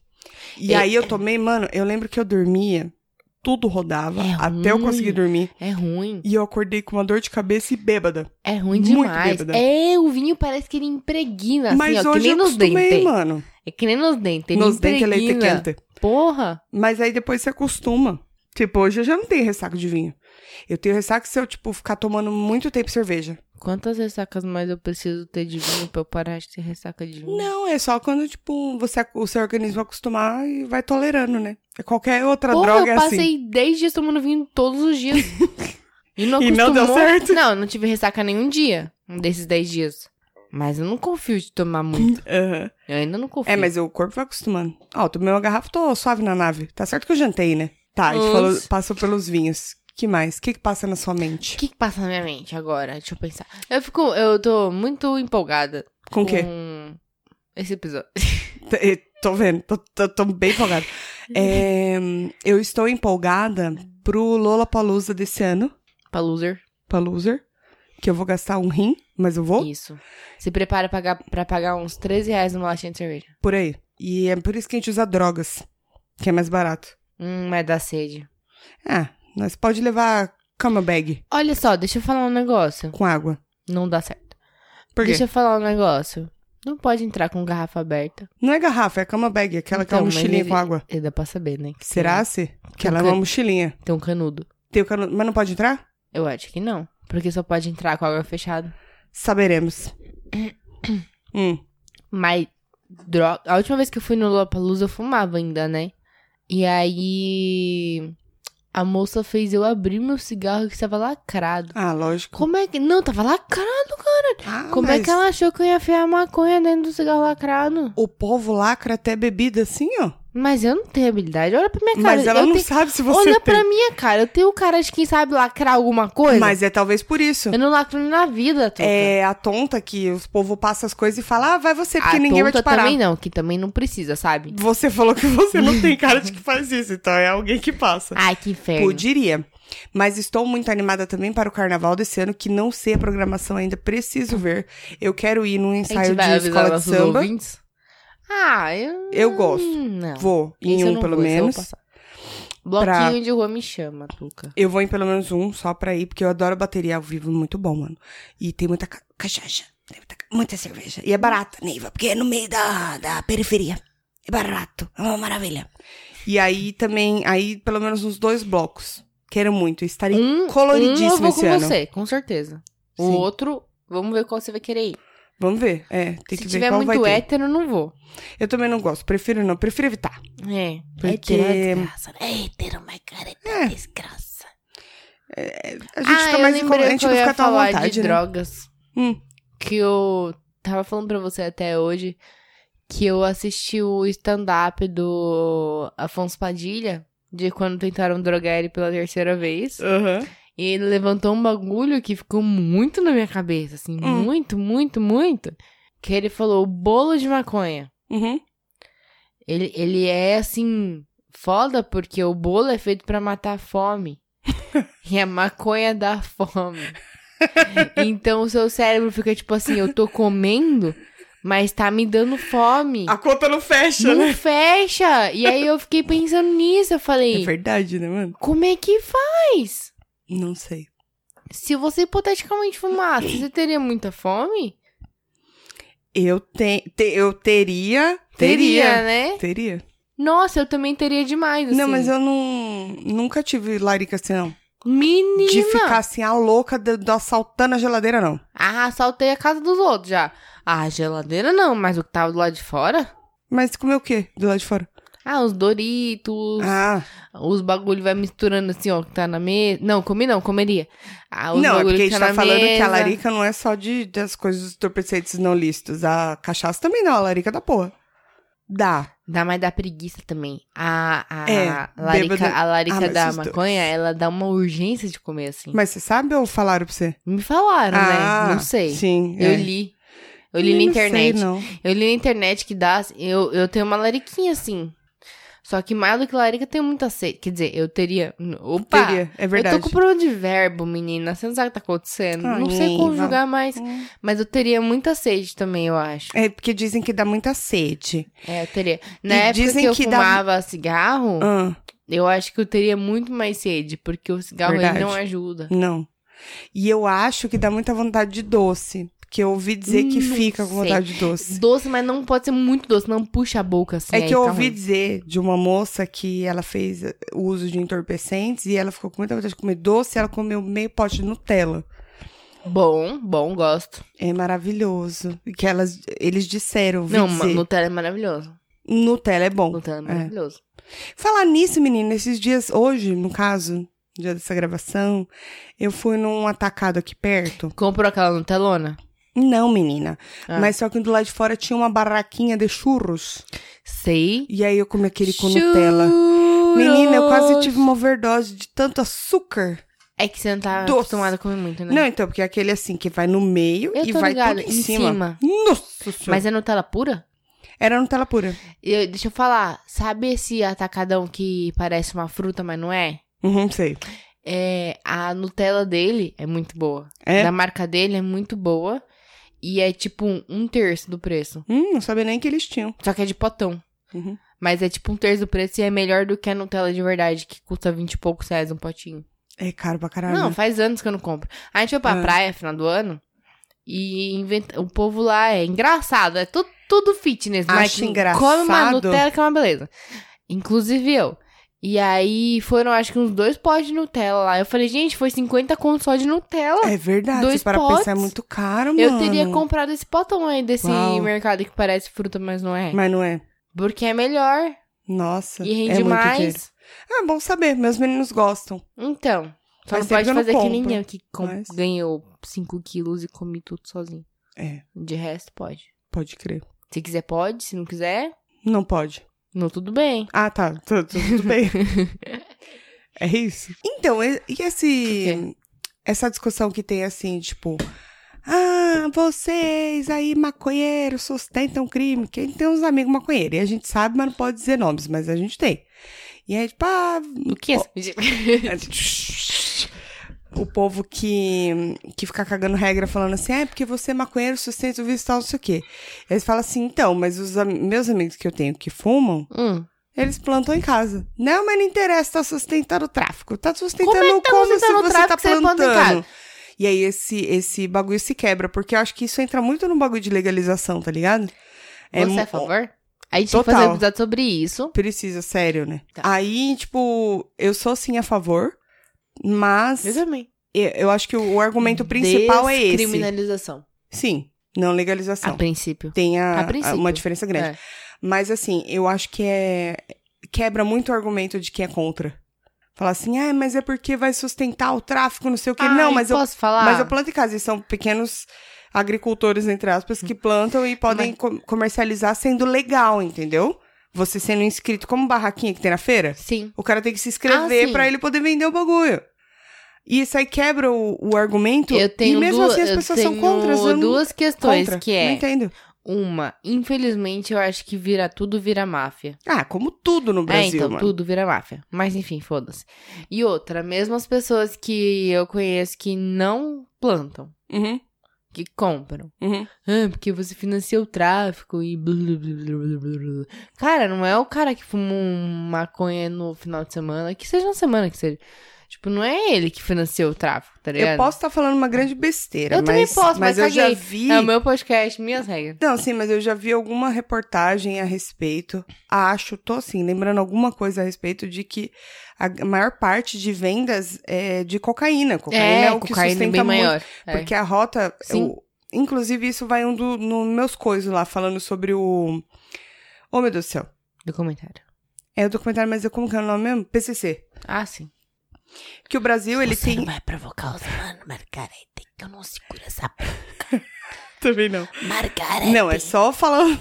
S3: E
S4: É.
S3: aí eu tomei, mano, eu lembro que eu dormia, tudo rodava,
S4: É
S3: até eu conseguir
S4: ruim.
S3: dormir.
S4: É ruim.
S3: E eu acordei com uma dor de cabeça e bêbada.
S4: É ruim
S3: Muito
S4: demais.
S3: bêbada.
S4: É, o vinho parece que ele impregna, assim,
S3: mas
S4: ó. Que
S3: hoje
S4: nem
S3: eu
S4: nos
S3: acostumei,
S4: dentes.
S3: mano.
S4: É que nem nos dentes. Ele
S3: Nos dentes é
S4: impregna.
S3: leite quente.
S4: Porra.
S3: Mas aí depois você acostuma. Tipo, hoje eu já não tenho ressaca de vinho. Eu tenho ressaca se eu, tipo, ficar tomando muito tempo cerveja.
S4: Quantas ressacas mais eu preciso ter de vinho pra eu parar de ter ressaca de vinho?
S3: Não, é só quando, tipo, você, o seu organismo acostumar e vai tolerando, né? Qualquer outra
S4: Porra,
S3: droga é
S4: eu
S3: assim.
S4: passei 10 dias tomando vinho todos os dias. e não
S3: E não deu
S4: acostumou.
S3: certo.
S4: Não, eu não tive ressaca nenhum dia um desses 10 dias. Mas eu não confio de tomar muito.
S3: Aham.
S4: Eu ainda não confio.
S3: É, mas o corpo vai acostumando. Ó, eu tomei uma garrafa, tô suave na nave. Tá certo que eu jantei, né? Tá, a gente
S4: Ups.
S3: falou, passou pelos vinhos. que mais? O que, que passa na sua mente?
S4: O que, que passa na minha mente agora? Deixa eu pensar. Eu fico. Eu tô muito empolgada
S3: Com o quê?
S4: com esse episódio.
S3: T- eh, Tô vendo, tô, tô- tô bem empolgada. É, eu estou empolgada pro Lollapalooza desse ano.
S4: pra loser.
S3: pra loser, que eu vou gastar um rim, mas eu vou
S4: Isso. Se prepara pra, ga- pra pagar uns 13 reais numa latinha de cerveja.
S3: por aí. E é por isso que a gente usa drogas, que é mais barato.
S4: Hum, mas dá sede.
S3: Ah, nós pode levar cama bag
S4: Olha só, deixa eu falar um negócio.
S3: com água.
S4: Não dá certo.
S3: Por quê?
S4: Deixa eu falar um negócio. Não pode entrar com garrafa aberta.
S3: Não é garrafa, é cama bag, aquela que é
S4: Então,
S3: uma
S4: mas
S3: mochilinha
S4: ele-
S3: com água.
S4: E dá pra saber, né? que
S3: Será se? Que
S4: Tem
S3: ela é
S4: can-
S3: uma mochilinha.
S4: Tem, tem um canudo.
S3: Tem o cano... Mas não pode entrar?
S4: Eu acho que não. Porque só pode entrar com água fechada.
S3: Saberemos. hum.
S4: Mas, droga. A última vez que eu fui no Lollapalooza, eu fumava ainda, né? E aí. A moça fez eu abrir meu cigarro que estava lacrado.
S3: Ah, lógico.
S4: Como é que. Não, tava lacrado, cara.
S3: Ah,
S4: Como é
S3: mas
S4: que ela achou que eu ia enfiar maconha dentro do cigarro lacrado?
S3: O povo lacra até bebida assim, ó.
S4: Mas eu não tenho habilidade. Olha pra minha É, cara.
S3: mas ela
S4: eu
S3: não
S4: tenho-
S3: sabe se você tem.
S4: Olha pra minha cara. Eu tenho cara de quem sabe lacrar alguma coisa.
S3: Mas é talvez por isso.
S4: Eu não lacro nem na vida, Tuca.
S3: É a tonta que o povo passa as coisas e fala, ah, vai você, porque
S4: a
S3: ninguém vai
S4: tonta
S3: te parar.
S4: também não, que também não precisa, sabe?
S3: Você falou que você não tem cara de que faz isso, então é alguém que passa.
S4: Ai, que inferno.
S3: Poderia. Mas estou muito animada também para o carnaval desse ano, que não sei a programação ainda, preciso ver. Eu quero ir num
S4: a gente
S3: ensaio
S4: vai
S3: de
S4: avisar
S3: escola de
S4: nossos
S3: samba.
S4: ouvintes? Ah, eu...
S3: Eu gosto.
S4: Não.
S3: Vou em
S4: Esse eu
S3: um,
S4: não
S3: pelo
S4: vou, esse eu vou
S3: menos.
S4: passar.
S3: Pra-
S4: Bloquinho de rua me chama, Tuca.
S3: Eu vou em pelo menos um só pra ir, porque eu adoro bateria ao vivo, muito bom, mano. E tem muita ca- cachaça, tem muita, ca- muita cerveja. E é barata.
S1: Neiva, porque é no meio da, da periferia. É barato. É uma maravilha.
S3: E aí também, aí pelo menos uns dois blocos. Quero muito. Estarei
S4: Um,
S3: coloridíssimo
S4: um eu vou
S3: esse
S4: com
S3: ano.
S4: você, com certeza. O
S3: Sim.
S4: outro, vamos ver qual você vai querer ir.
S3: Vamos ver. É, tem que
S4: Se
S3: ver
S4: tiver
S3: qual vai
S4: muito
S3: ter.
S4: hétero, eu não vou.
S3: Eu também não gosto. Prefiro não. Prefiro evitar.
S4: É. né?
S3: Porque
S1: É desgraça. É ter uma cara de
S3: É.
S1: desgraça.
S3: a gente
S4: ah,
S3: fica
S4: eu
S3: mais
S4: lembrei
S3: incômodo. A gente
S4: que eu
S3: não
S4: ia
S3: fica tão à
S4: falar
S3: vontade,
S4: de
S3: né?
S4: drogas.
S3: Hum.
S4: Que eu tava falando pra você até hoje que eu assisti o stand-up do Afonso Padilha, de quando tentaram drogar ele pela terceira vez.
S3: Aham.
S4: E ele levantou um bagulho que ficou muito na minha cabeça, assim,
S3: Hum.
S4: muito, muito, muito. Que ele falou, bolo de maconha.
S3: Uhum.
S4: Ele, ele é assim, foda porque o bolo é feito pra matar a fome. e a maconha dá fome. então o seu cérebro fica tipo assim, eu tô comendo, mas tá me dando fome.
S3: A conta não fecha, Ah, né?
S4: Não fecha! E aí eu fiquei pensando nisso, eu
S3: É
S4: falei,
S3: verdade, né, mano?
S4: como é que faz?
S3: Não sei.
S4: Se você hipoteticamente fumasse, você teria muita fome?
S3: Eu tenho. eu teria.
S4: Teria,
S3: Teria.
S4: né?
S3: Teria.
S4: Nossa, eu também teria demais, assim.
S3: Não, mas eu não. Nunca tive larica assim, não.
S4: Menina!
S3: De ficar assim, a louca do, do assaltando a geladeira, não.
S4: Ah, assaltei a casa dos outros já. Ah, a geladeira não, mas o que tava do lado de fora?
S3: Mas comer o quê? Do lado de fora?
S4: Ah, os Doritos,
S3: Ah,
S4: os bagulho vai misturando assim, ó, que tá na mesa. Não, comi não, comeria. Ah, os
S3: não, é
S4: bagulho
S3: porque a
S4: que
S3: gente tá
S4: na
S3: falando que a
S4: mesa.
S3: larica não é só de, das coisas dos torpecentes não listos. A cachaça também não, a larica da porra. Dá.
S4: Dá mais da preguiça também. A, a,
S3: É,
S4: larica,
S3: bêbado-
S4: a larica
S3: Ah, mas
S4: da
S3: os dois.
S4: maconha, ela dá uma urgência de comer, assim.
S3: Mas você sabe ou falaram pra você?
S4: Me falaram,
S3: ah,
S4: né? Não sei.
S3: Sim.
S4: Eu
S3: é.
S4: li. Eu li na
S3: não sei,
S4: internet.
S3: não.
S4: Eu li na internet que dá. Eu, eu tenho uma lariquinha assim. Só que mais do que larica, eu tenho muita sede. Quer dizer, eu teria. Opa!
S3: Teria, é verdade.
S4: Eu tô com um problema de verbo, menina. Você não sabe o que tá acontecendo.
S3: Ah,
S4: não sei
S3: Niva.
S4: conjugar mais.
S3: Hum.
S4: Mas eu teria muita sede também, eu acho.
S3: É porque dizem que dá muita sede.
S4: É, eu teria. Na
S3: E
S4: época
S3: dizem
S4: que eu
S3: que dá-
S4: fumava cigarro,
S3: Ah,
S4: eu acho que eu teria muito mais sede. Porque o cigarro ele
S3: Verdade.
S4: não ajuda.
S3: não. E eu acho que dá muita vontade de doce. Porque eu ouvi dizer que
S4: Hum, Não
S3: fica com
S4: sei.
S3: vontade de doce.
S4: Doce, mas não pode ser muito doce. Não puxa a boca assim.
S3: É
S4: aí
S3: que eu
S4: fica
S3: ouvi
S4: ruim.
S3: dizer de uma moça que ela fez eh, uso de entorpecentes e ela ficou com muita vontade de comer doce e ela comeu meio pote de Nutella.
S4: Bom, bom, gosto.
S3: É maravilhoso. Que elas, eles disseram, ouvi
S4: Não, ma-
S3: dizer.
S4: Nutella é maravilhoso.
S3: Nutella é bom.
S4: Nutella é maravilhoso.
S3: Falar nisso, menina, esses dias, hoje, no caso, dia dessa gravação, eu fui num atacado aqui perto.
S4: Comprou aquela Nutelona?
S3: Não, menina.
S4: Ah.
S3: Mas só que do lado de fora tinha uma barraquinha de churros.
S4: Sei.
S3: E aí eu comi aquele com Nutella. Menina, eu quase tive uma overdose de tanto açúcar.
S4: É que você não tá
S3: Doce.
S4: acostumada a comer muito, né?
S3: Não, então, porque é aquele assim que vai no meio
S4: Eu
S3: e
S4: tô
S3: vai
S4: ligada,
S3: tudo em,
S4: em
S3: cima.
S4: cima.
S3: Nossa senhora.
S4: Mas é Nutella pura?
S3: Era Nutella pura.
S4: Eu- deixa eu falar. Sabe esse atacadão que parece uma fruta, mas não é?
S3: Uhum, sei.
S4: É, a Nutella dele é muito boa.
S3: É?
S4: Da marca dele é muito boa. E é tipo um, um terço do preço.
S3: Hum, não sabia nem que eles tinham.
S4: Só que é de potão.
S3: Uhum.
S4: Mas é tipo um terço do preço e é melhor do que a Nutella de verdade, que custa 20 e poucos reais um potinho.
S3: É caro pra caralho.
S4: Não,
S3: né?
S4: faz anos que eu não compro. A gente foi pra
S3: Ah.
S4: praia final do ano e inventa... o povo lá é engraçado, é tudo, tudo fitness, mas
S3: Acho engraçado.
S4: come uma Nutella que é uma beleza. Inclusive eu. E aí foram acho que uns dois potes de Nutella lá. Eu falei, gente, foi 50 conto só de Nutella.
S3: É verdade.
S4: Dois
S3: se para
S4: potes,
S3: pensar, é muito caro, mano.
S4: eu teria comprado esse potão aí desse
S3: Uau.
S4: mercado que parece fruta, mas não é.
S3: Mas não é.
S4: Porque é melhor
S3: Nossa.
S4: e
S3: é
S4: rende
S3: muito dinheiro.
S4: mais.
S3: Ah, bom saber, meus meninos gostam.
S4: Então. Só
S3: Faz tempo
S4: não
S3: que
S4: pode
S3: eu não
S4: fazer que nem
S3: compro,
S4: eu, que com-
S3: mas-
S4: ganhou 5 quilos e comi tudo sozinho.
S3: É,
S4: De resto, pode.
S3: pode crer.
S4: Se quiser, pode. Se não quiser,
S3: Não pode.
S4: não, tudo bem.
S3: Ah, tá. tu- tu- Tudo, bem. é isso. Então, e e esse. Essa discussão que tem assim, tipo. Ah, vocês aí, maconheiros, sustentam crime. Quem tem uns amigos maconheiros? E a gente sabe, mas não pode dizer nomes, mas a gente tem. E aí, tipo, ah,
S4: O que é
S3: o povo que, que fica cagando regra falando assim, é porque você é maconheiro, sustenta o vício e tal, não sei o quê. Eles falam assim, então, mas os am- meus amigos que eu tenho que fumam,
S4: Hum.
S3: eles plantam em casa. Não, mas não interessa, tá sustentando o tráfico. Tá sustentando
S4: Como é que
S3: como,
S4: tá
S3: se
S4: sustentando o
S3: você tá
S4: tráfico se ele planta em
S3: plantando.
S4: casa?
S3: E aí esse, esse bagulho se quebra, porque eu acho que isso entra muito no bagulho de legalização, tá ligado?
S4: Você é a
S3: mu-
S4: favor? A gente tem que fazer
S3: Total.
S4: um episódio sobre isso.
S3: Precisa, sério, né?
S4: Tá.
S3: Aí, tipo, eu sou sim a favor, mas
S4: Eu
S3: eu,
S4: também.
S3: eu acho que o, o argumento principal é esse.
S4: Criminalização.
S3: Sim, não legalização.
S4: A princípio.
S3: Tem
S4: A
S3: a,
S4: princípio.
S3: a- uma diferença grande.
S4: É.
S3: Mas assim, eu acho que é. Quebra muito o argumento de quem é contra. Falar assim, ah, mas é porque vai sustentar o tráfico, não sei o quê. não,
S4: Ai,
S3: mas eu,
S4: posso Ah, falar?
S3: mas eu planto em casa. E são pequenos agricultores, entre aspas, que plantam e podem co- comercializar sendo legal, entendeu? Você sendo inscrito como barraquinha que tem na feira.
S4: Sim.
S3: O cara tem que se inscrever
S4: Ah, sim.
S3: pra ele poder vender o bagulho. E isso aí quebra o, o argumento.
S4: Eu tenho
S3: e mesmo
S4: duas,
S3: assim as
S4: eu
S3: pessoas
S4: tenho
S3: são contra. eu não-
S4: duas questões,
S3: contra.
S4: que
S3: Não
S4: é
S3: entendo.
S4: uma, infelizmente eu acho que vira tudo vira máfia.
S3: Ah, como tudo no Brasil,
S4: é, então
S3: mano.
S4: tudo vira máfia. Mas enfim, foda-se. E outra, mesmo as pessoas que eu conheço que não plantam,
S3: Uhum,
S4: que compram.
S3: uhum.
S4: Ah, porque você financia o tráfico e. Blu, blu, blu, blu, blu, blu, blu." Cara, não é o cara que fuma um maconha no final de semana, que seja na semana que seja. Tipo, não é ele que financia o tráfico, tá ligado?
S3: Eu posso estar falando uma grande besteira.
S4: Eu
S3: mas,
S4: também posso, mas
S3: eu já
S4: caguei.
S3: vi.
S4: É o meu podcast, minhas regras.
S3: Não, sim, mas eu já vi alguma reportagem a respeito. Acho, tô assim, lembrando alguma coisa a respeito de que a maior parte de vendas é de cocaína. Cocaína é, o que
S4: cocaína é
S3: sustenta
S4: bem
S3: muito.
S4: maior. é.
S3: Porque a rota.
S4: Sim.
S3: eu- inclusive, isso vai um dos meus coisas lá, falando sobre o. Oh, meu Deus do céu.
S4: Documentário.
S3: É o documentário, mas eu- como que é o nome mesmo? PCC.
S4: Ah, sim.
S3: Que o Brasil, ele
S5: Você não
S3: tem.
S5: vai provocar os mano, Margarete, que eu não seguro essa p...
S3: Também não.
S5: Margarete.
S3: Não, é só falando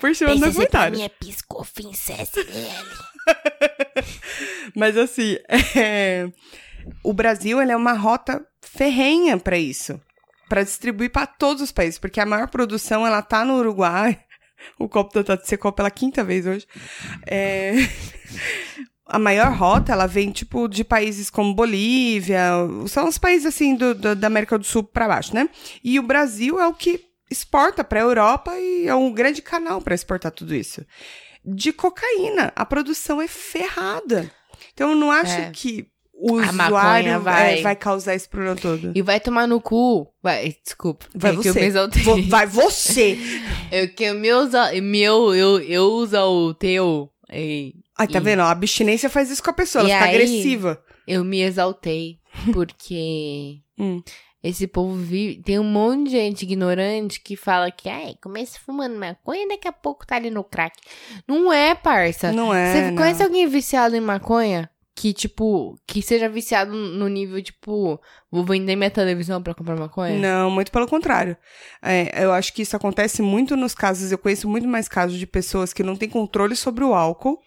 S3: por
S5: Pensa
S3: cima do
S5: se pra
S3: documentário.
S5: mim é pisco, SL.
S3: Mas assim, é, o Brasil ele é uma rota ferrenha para isso, para distribuir para todos os países, porque a maior produção ela tá no Uruguai. O copo da Tati secou pela quinta vez hoje. É, A maior rota, ela vem, tipo, de países como Bolívia, são os países, assim, do- do- da América do Sul para baixo, né? E o Brasil é o que exporta para a Europa e é um grande canal para exportar tudo isso. De cocaína, a produção é ferrada. Então, eu não acho
S4: É.
S3: que o
S4: A maconha
S3: usuário é, vai.
S4: vai-
S3: causar esse problema todo.
S4: E vai tomar no cu. Vai, desculpa.
S3: Vai
S4: é que eu
S3: você.
S4: me exaltei.
S3: Vo- vai você!
S4: É que eu me usa, meu, eu, eu usa o teu. e
S3: Ai, tá
S4: E-
S3: vendo? A abstinência faz isso com a pessoa, ela
S4: E
S3: fica
S4: aí-
S3: agressiva.
S4: eu me exaltei porque
S3: Hum.
S4: esse povo vive, tem um monte de gente ignorante que fala que ai,
S5: Começa fumando maconha e daqui a pouco tá ali no crack.
S4: não é, parça.
S3: Não é.
S4: Você
S3: não.
S4: conhece alguém viciado em maconha? Que, tipo, que seja viciado no nível, tipo, vou vender minha televisão pra comprar maconha?
S3: Não, muito pelo contrário. É, eu acho que isso acontece muito nos casos. Eu conheço muito mais casos de pessoas que não têm controle sobre o álcool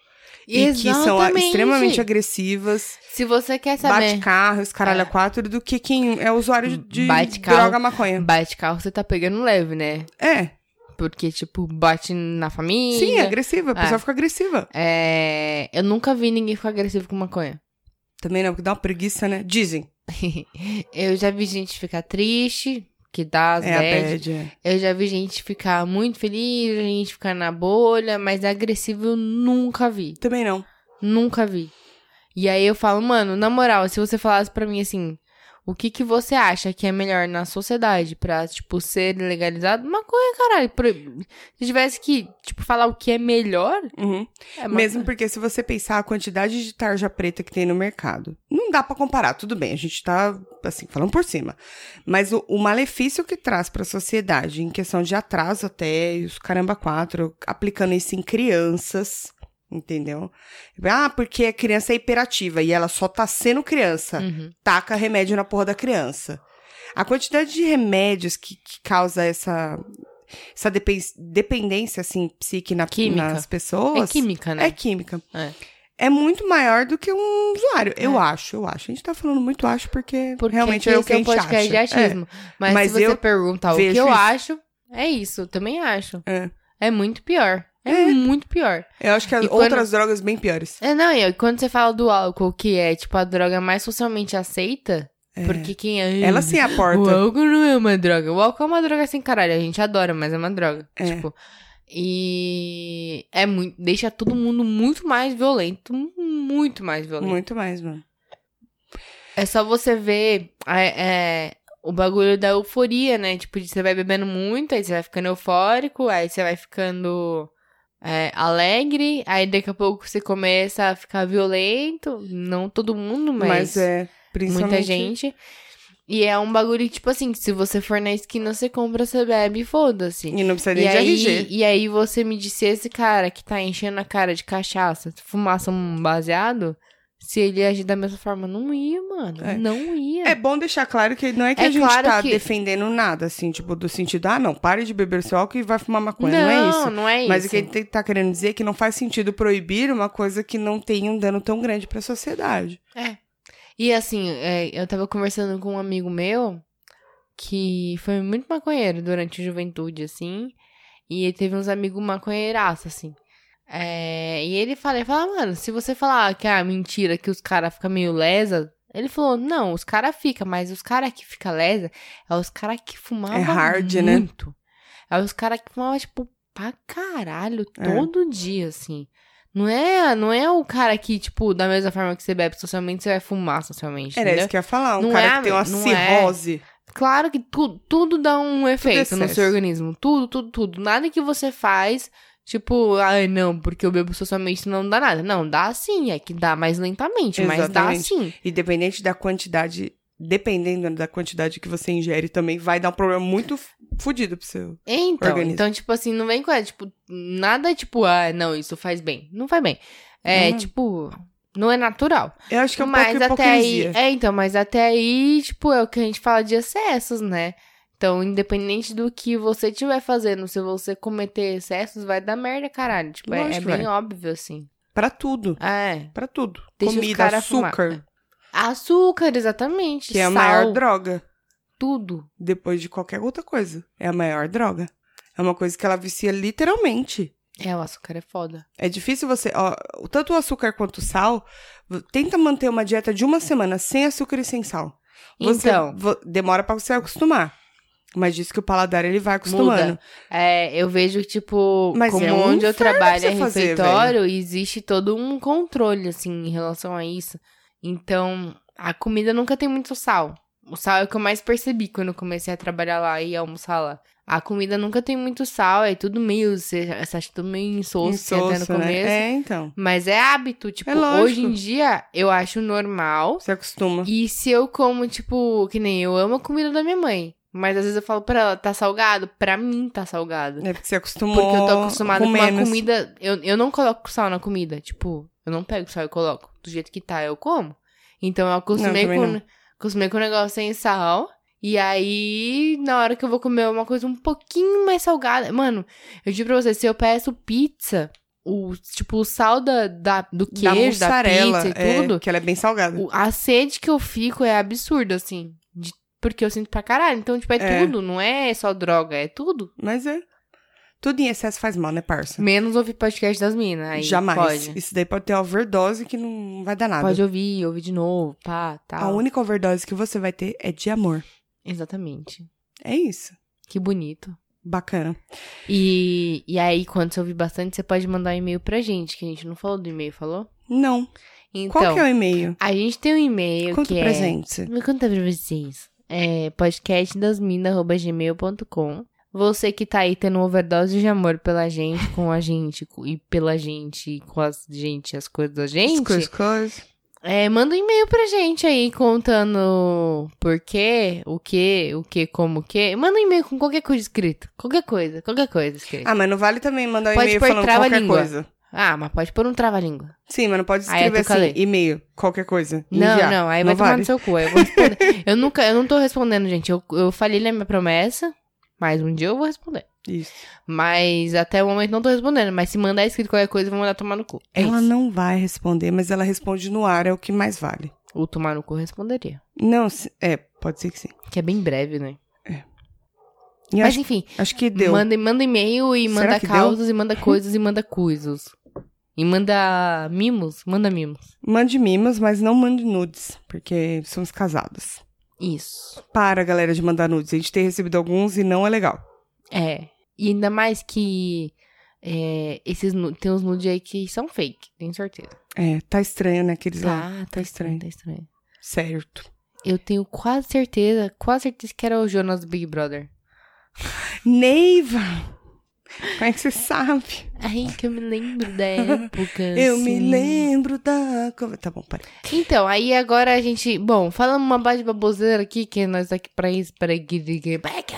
S3: e que são a-
S4: Exatamente.
S3: extremamente agressivas,
S4: Se você quer
S3: bate
S4: saber,
S3: carro, escaralha
S4: É. Hum,
S3: quatro, do que quem é usuário de
S4: Bate carro.
S3: droga maconha.
S4: bate carro, você tá pegando leve, né?
S3: É,
S4: Porque, tipo, bate na família.
S3: sim, é agressiva. A
S4: É.
S3: pessoa fica agressiva.
S4: É, eu nunca vi ninguém ficar agressivo com maconha.
S3: Também não, porque dá uma preguiça, né? Dizem.
S4: Eu já vi gente ficar triste, que dá as
S3: é a
S4: bad.
S3: bad. é.
S4: Eu já vi gente ficar muito feliz, a gente ficar na bolha, mas agressivo eu nunca vi.
S3: Também não.
S4: Nunca vi. E aí eu falo, mano, na moral, se você falasse pra mim assim, o que que você acha que é melhor na sociedade pra, tipo, ser legalizado? Maconha, caralho. Pro- Se tivesse que, tipo, falar o que é melhor,
S3: Uhum.
S4: é maconha.
S3: Mesmo porque se você pensar a quantidade de tarja preta que tem no mercado, não dá pra comparar, tudo bem, a gente tá, assim, falando por cima. Mas o, o malefício que traz pra sociedade, em questão de atraso até, e os caramba quatro, aplicando isso em crianças, Entendeu? Ah, porque a criança é hiperativa e ela só tá sendo criança.
S4: Uhum.
S3: Taca remédio na porra da criança. A quantidade de remédios que, que causa essa, essa depen- dependência, assim, psique na,
S4: Química.
S3: nas
S4: É
S3: pessoas.
S4: química, né?
S3: É química.
S4: É.
S3: É muito maior do que um usuário. Eu acho, eu acho. A gente tá falando muito acho porque,
S4: Porque
S3: realmente
S4: aqui
S3: é o
S4: esse
S3: que a
S4: um
S3: gente
S4: podcast de
S3: acha. É.
S4: achismo. Mas,
S3: Mas
S4: se você
S3: eu
S4: perguntar o que eu
S3: vejo isso.
S4: acho, é isso. Eu também acho.
S3: É.
S4: É muito pior. É, muito pior.
S3: Eu acho que as
S4: E quando-
S3: outras drogas bem piores.
S4: É, não, e quando você fala do álcool, que é, tipo, a droga mais socialmente aceita,
S3: É.
S4: porque quem é...
S3: Ela sim
S4: O
S3: aporta.
S4: álcool não é uma droga. O álcool é uma droga assim, caralho. A gente adora, mas é uma droga.
S3: É.
S4: Tipo. E é muito. Deixa todo mundo muito mais violento. Muito mais violento.
S3: Muito mais, mano.
S4: É só você ver é, é, o bagulho da euforia, né? Tipo, de você vai bebendo muito, aí você vai ficando eufórico, aí você vai ficando é, alegre, aí daqui a pouco você começa a ficar violento. Não todo mundo,
S3: Mas, é, principalmente...
S4: muita gente. E é um bagulho, tipo assim, se você for na esquina, você compra, você bebe e foda-se.
S3: E não precisa nem
S4: E
S3: de
S4: aí,
S3: RG.
S4: e aí você me disse, esse cara que tá enchendo a cara de cachaça, fumaça um baseado, se ele agir da mesma forma, não ia, mano.
S3: É.
S4: Não ia.
S3: É bom deixar claro que não é que
S4: É
S3: a gente
S4: claro
S3: tá
S4: que-
S3: defendendo nada, assim, tipo, do sentido, ah, não, pare de beber seu álcool e vai fumar
S4: não,
S3: maconha. Não, é isso.
S4: não é
S3: Mas o
S4: isso.
S3: que ele te- tá querendo dizer é que não faz sentido proibir uma coisa que não tem um dano tão grande pra sociedade.
S4: E assim, é, eu tava conversando com um amigo meu que foi muito maconheiro durante a juventude, assim. E ele teve uns amigos maconheiraços, assim. É, e ele fala, ele fala, mano, se você falar que é ah, mentira, que os caras ficam meio lesa, ele falou, não, os caras ficam, mas os caras que ficam lesa é os caras que fumavam
S3: É hard, né?
S4: muito. É os caras que fumavam, tipo, pra caralho,
S3: É.
S4: todo dia, assim. Não é, não é o cara que, tipo, da mesma forma que você bebe socialmente, você vai fumar socialmente,
S3: Era
S4: entendeu?
S3: isso que eu ia falar. Um
S4: né? Não
S3: cara
S4: é,
S3: que tem uma
S4: não é.
S3: cirrose.
S4: Claro que tu- tudo dá um efeito no
S3: excesso.
S4: seu organismo. Tudo, tudo, tudo. Nada que você faz, tipo, ai não, porque eu bebo socialmente não dá nada. Não, dá sim, é que dá mais lentamente, mas dá
S3: Exatamente.
S4: sim.
S3: Independente da quantidade, dependendo da quantidade que você ingere também, vai dar um problema muito f- fudido pro seu.
S4: Então,
S3: Organismo.
S4: então, tipo assim, não vem com essa, tipo, nada tipo, ah, não, isso faz bem. Não faz bem. É,
S3: Não.
S4: tipo, não é natural.
S3: Eu acho que é um
S4: mas
S3: pouco
S4: até
S3: hipocrisia.
S4: aí, é, então, mas até aí, tipo, é o que a gente fala de excessos, né? Então, independente do que você estiver fazendo, se você cometer excessos, vai dar merda, caralho. Tipo, é, é
S3: Lógico que
S4: bem óbvio, assim.
S3: Pra tudo.
S4: É.
S3: Pra tudo.
S4: Deixa os
S3: Comida,
S4: cara
S3: açúcar,
S4: fumar. Açúcar, exatamente.
S3: que é a
S4: sal,
S3: maior droga.
S4: tudo.
S3: Depois de qualquer outra coisa. É a maior droga. É uma coisa que ela vicia literalmente.
S4: É, o açúcar é foda.
S3: É difícil você. Ó, tanto o açúcar quanto o sal. v- Tenta manter uma dieta de uma semana sem açúcar e sem sal. Você
S4: Então.
S3: vo- demora pra você acostumar. Mas diz que o paladar ele vai acostumando.
S4: Muda. É, eu vejo, tipo,
S3: Mas
S4: como
S3: é um
S4: onde eu
S3: inferno
S4: trabalho
S3: pra
S4: é
S3: você fazer,
S4: refeitório, existe todo um controle, assim, em relação a isso. Então, a comida nunca tem muito sal. O sal é o que eu mais percebi quando eu comecei a trabalhar lá e almoçar lá. A comida nunca tem muito sal, é tudo meio, você você acha tudo meio insosso, assim, até no
S3: Insosso, né?
S4: começo.
S3: É, então.
S4: Mas é hábito, tipo,
S3: É lógico.
S4: hoje em dia eu acho normal
S3: Você acostuma.
S4: e se eu como, tipo, que nem eu amo a comida da minha mãe. Mas às vezes eu falo pra ela, tá salgado? Pra mim tá salgado.
S3: É porque você acostumou.
S4: Porque eu tô acostumada com, uma
S3: menos.
S4: comida. Eu, eu não coloco sal na comida. Tipo, eu não pego sal e coloco. Do jeito que tá, eu como. Então eu acostumei,
S3: também
S4: com,
S3: não.
S4: acostumei com o negócio sem sal. E aí, na hora que eu vou comer uma coisa um pouquinho mais salgada. Mano, eu digo pra você, se eu peço pizza, o, tipo, o sal da, da- do
S3: da
S4: queijo, da,
S3: mussarela,
S4: pizza e
S3: é,
S4: tudo.
S3: que ela é bem salgada.
S4: o- a sede que eu fico é absurda, assim. de- porque eu sinto pra caralho. Então, tipo, é,
S3: É.
S4: tudo. Não é só droga, é tudo.
S3: Mas é. Tudo em excesso faz mal, né, parça?
S4: Menos ouvir podcast das minas. Aí
S3: Jamais.
S4: Pode.
S3: Isso daí pode ter overdose que não vai dar nada.
S4: Pode ouvir, ouvir de novo, pá,
S3: A
S4: tal.
S3: única overdose que você vai ter é de amor.
S4: Exatamente.
S3: É isso.
S4: Que bonito.
S3: Bacana.
S4: E, e aí, quando você ouvir bastante, você pode mandar um e-mail pra gente, que a gente não falou do e-mail, falou?
S3: Não.
S4: Então,
S3: Qual que é o e-mail?
S4: a gente tem um e-mail
S3: Conta
S4: que
S3: pra
S4: é...
S3: gente.
S4: Me conta pra vocês. É podcastdasmina.gmail.com Você que tá aí tendo overdose de amor pela gente, com a gente, co- e pela gente, com as gente, as coisas da gente.
S3: Coisas, coisas.
S4: É, manda um e-mail pra gente aí contando por quê, o que, o que, como o que. Manda um e-mail com qualquer coisa escrito. Qualquer coisa, qualquer coisa escrita.
S3: Ah, mas não vale também mandar um
S4: Pode
S3: e-mail
S4: pôr
S3: falando
S4: trava a
S3: qualquer
S4: língua.
S3: coisa.
S4: Ah, mas pode pôr um trava-língua.
S3: Sim, mas não pode
S4: Aí é
S3: escrever assim,
S4: tucalê.
S3: e-mail, qualquer coisa.
S4: Não,
S3: enviar.
S4: não, aí vai tomar
S3: vale.
S4: no seu cu. aí Eu, vou responder. eu nunca, eu não tô respondendo, gente. Eu, eu falhei na minha promessa, mas um dia eu vou responder.
S3: Isso.
S4: Mas até o momento não tô respondendo. Mas se mandar escrito qualquer coisa, eu vou mandar tomar no cu. É
S3: Ela
S4: isso.
S3: não vai responder, mas ela responde no ar, é o que mais vale.
S4: O tomar no cu eu responderia.
S3: Não, se- é, pode ser que sim.
S4: Que é bem breve, né?
S3: E
S4: Mas
S3: acho,
S4: enfim,
S3: acho que deu.
S4: manda, manda e-mail e
S3: Será
S4: manda
S3: que
S4: causas e manda coisas e manda coisas. E manda mimos, manda mimos.
S3: Mande mimas, mas não mande nudes, porque somos casados.
S4: Isso.
S3: Para, galera, de mandar nudes. A gente tem recebido alguns e não é legal.
S4: É. E ainda mais que é, esses nu- tem uns nudes aí que são fake, tenho certeza.
S3: É, tá estranho, né? Aqueles lá.
S4: Ah,
S3: tá estranho.
S4: Tá estranho.
S3: Certo.
S4: Eu tenho quase certeza, quase certeza que era o Jonas do Big Brother.
S3: Neiva! Como é que você sabe?
S4: Ai, que eu me lembro da época.
S3: Eu me
S4: assim.
S3: lembro da. co- Tá bom, parei.
S4: Então, aí agora a gente. Bom, falamos uma base de baboseira aqui, que nós tá aqui pra isso, pra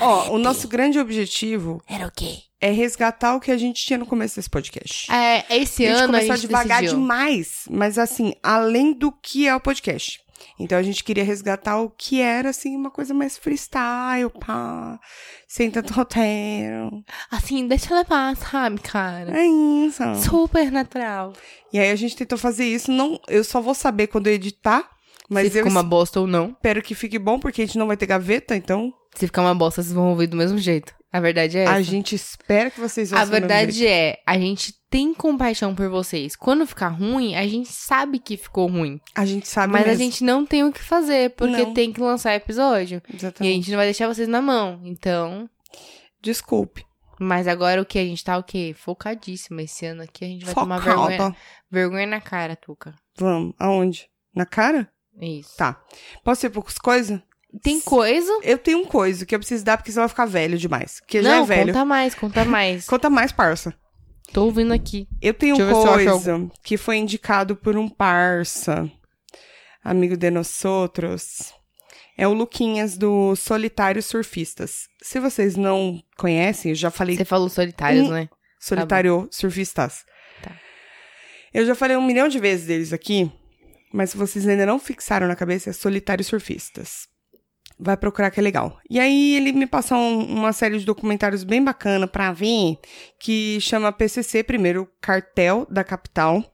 S3: Ó, o nosso grande objetivo
S1: Era o quê?
S3: é resgatar o que a gente tinha no começo desse podcast.
S4: É, esse
S3: a gente
S4: ano a
S3: começou
S4: gente
S3: devagar
S4: decidiu.
S3: demais, mas assim, além do que é o podcast. Então a gente queria resgatar o que era, assim, uma coisa mais freestyle, pá, sem tanto roteiro.
S4: Assim, deixa eu levar, sabe, cara?
S3: É isso.
S4: Super natural.
S3: E aí a gente tentou fazer isso. Não, eu só vou saber quando eu editar, mas
S4: Se
S3: eu
S4: ficar uma bosta ou não.
S3: espero que fique bom, porque a gente não vai ter gaveta, então
S4: Se ficar uma bosta, vocês vão ouvir do mesmo jeito. A verdade é essa.
S3: a gente espera que vocês
S4: A
S3: ouçam. do mesmo jeito.
S4: verdade é, a gente tem compaixão por vocês. Quando ficar ruim, a gente sabe que ficou ruim.
S3: A gente sabe
S4: Mas a
S3: mesmo.
S4: gente não tem o que fazer, porque
S3: Não.
S4: tem que lançar episódio. E a
S3: Exatamente.
S4: gente não vai deixar vocês na mão. Então.
S3: Desculpe.
S4: Mas agora o que? A gente tá o quê? Focadíssima esse ano aqui. A gente vai tomar vergonha,
S3: Focada.
S4: vergonha na cara, Tuca.
S3: Vamos. Aonde? Na cara?
S4: É Isso.
S3: Tá. Posso ir por coisa?
S4: Tem coisa?
S3: Eu tenho um coisa que eu preciso dar porque senão vai ficar velho demais. Porque já
S4: não,
S3: é velho. Conta...
S4: conta mais, conta mais.
S3: mais, parça.
S4: Tô ouvindo aqui.
S3: Eu tenho
S4: Deixa eu ver se eu acho
S3: coisa que foi indicado por um parça, amigo de nós outros. É o Luquinhas do Solitários Surfistas. Se vocês não conhecem, eu já falei
S4: Você falou solitários,
S3: Hum.
S4: né?
S3: Solitário Surfistas.
S4: Tá.
S3: Eu já falei um milhão de vezes deles aqui, mas se vocês ainda não fixaram na cabeça, é Solitário Surfistas. Vai procurar que é legal. E aí ele me passou um- uma série de documentários bem bacana pra ver, que chama PCC, primeiro Cartel da Capital.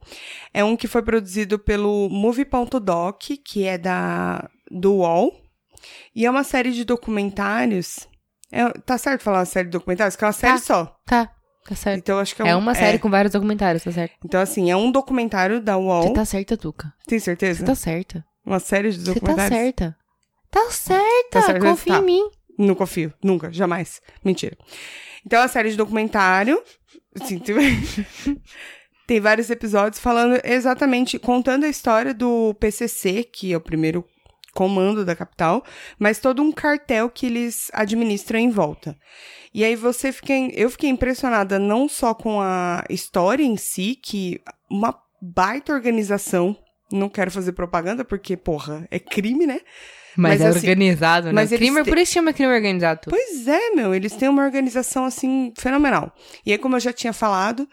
S3: É um que foi produzido pelo Movie.doc, que é da do UOL. E é uma série de documentários. É- tá certo falar uma série de documentários? Que é uma série só.
S4: Tá, tá certo.
S3: Então acho que é, um,
S4: É uma série
S3: é.
S4: com vários documentários, tá certo?
S3: Então assim, é um documentário da UOL.
S4: Você tá certa, Tuca.
S3: Tem
S4: Você
S3: certeza?
S4: tá certa.
S3: Uma série de
S4: Você tá
S3: documentários?
S4: certa. Tá
S3: Tá
S4: certa,
S3: certa,
S4: confia
S3: tá.
S4: em mim.
S3: Não confio, nunca, jamais. Mentira. Então é uma série de documentário. Assim, tem... tem vários episódios falando exatamente, contando a história do PCC, que é o primeiro comando da capital, mas todo um cartel que eles administram em volta. E aí você fica, em- eu fiquei impressionada não só com a história em si, que uma baita organização. Não quero fazer propaganda porque, porra, é crime, né? Mas,
S4: Mas, é
S3: assim,
S4: organizado, né?
S3: mas eles
S4: crime,
S3: te-
S4: Por isso chama crime organizado, Tuca.
S3: Pois é, meu, eles têm uma organização assim fenomenal. E aí, como eu já tinha falado,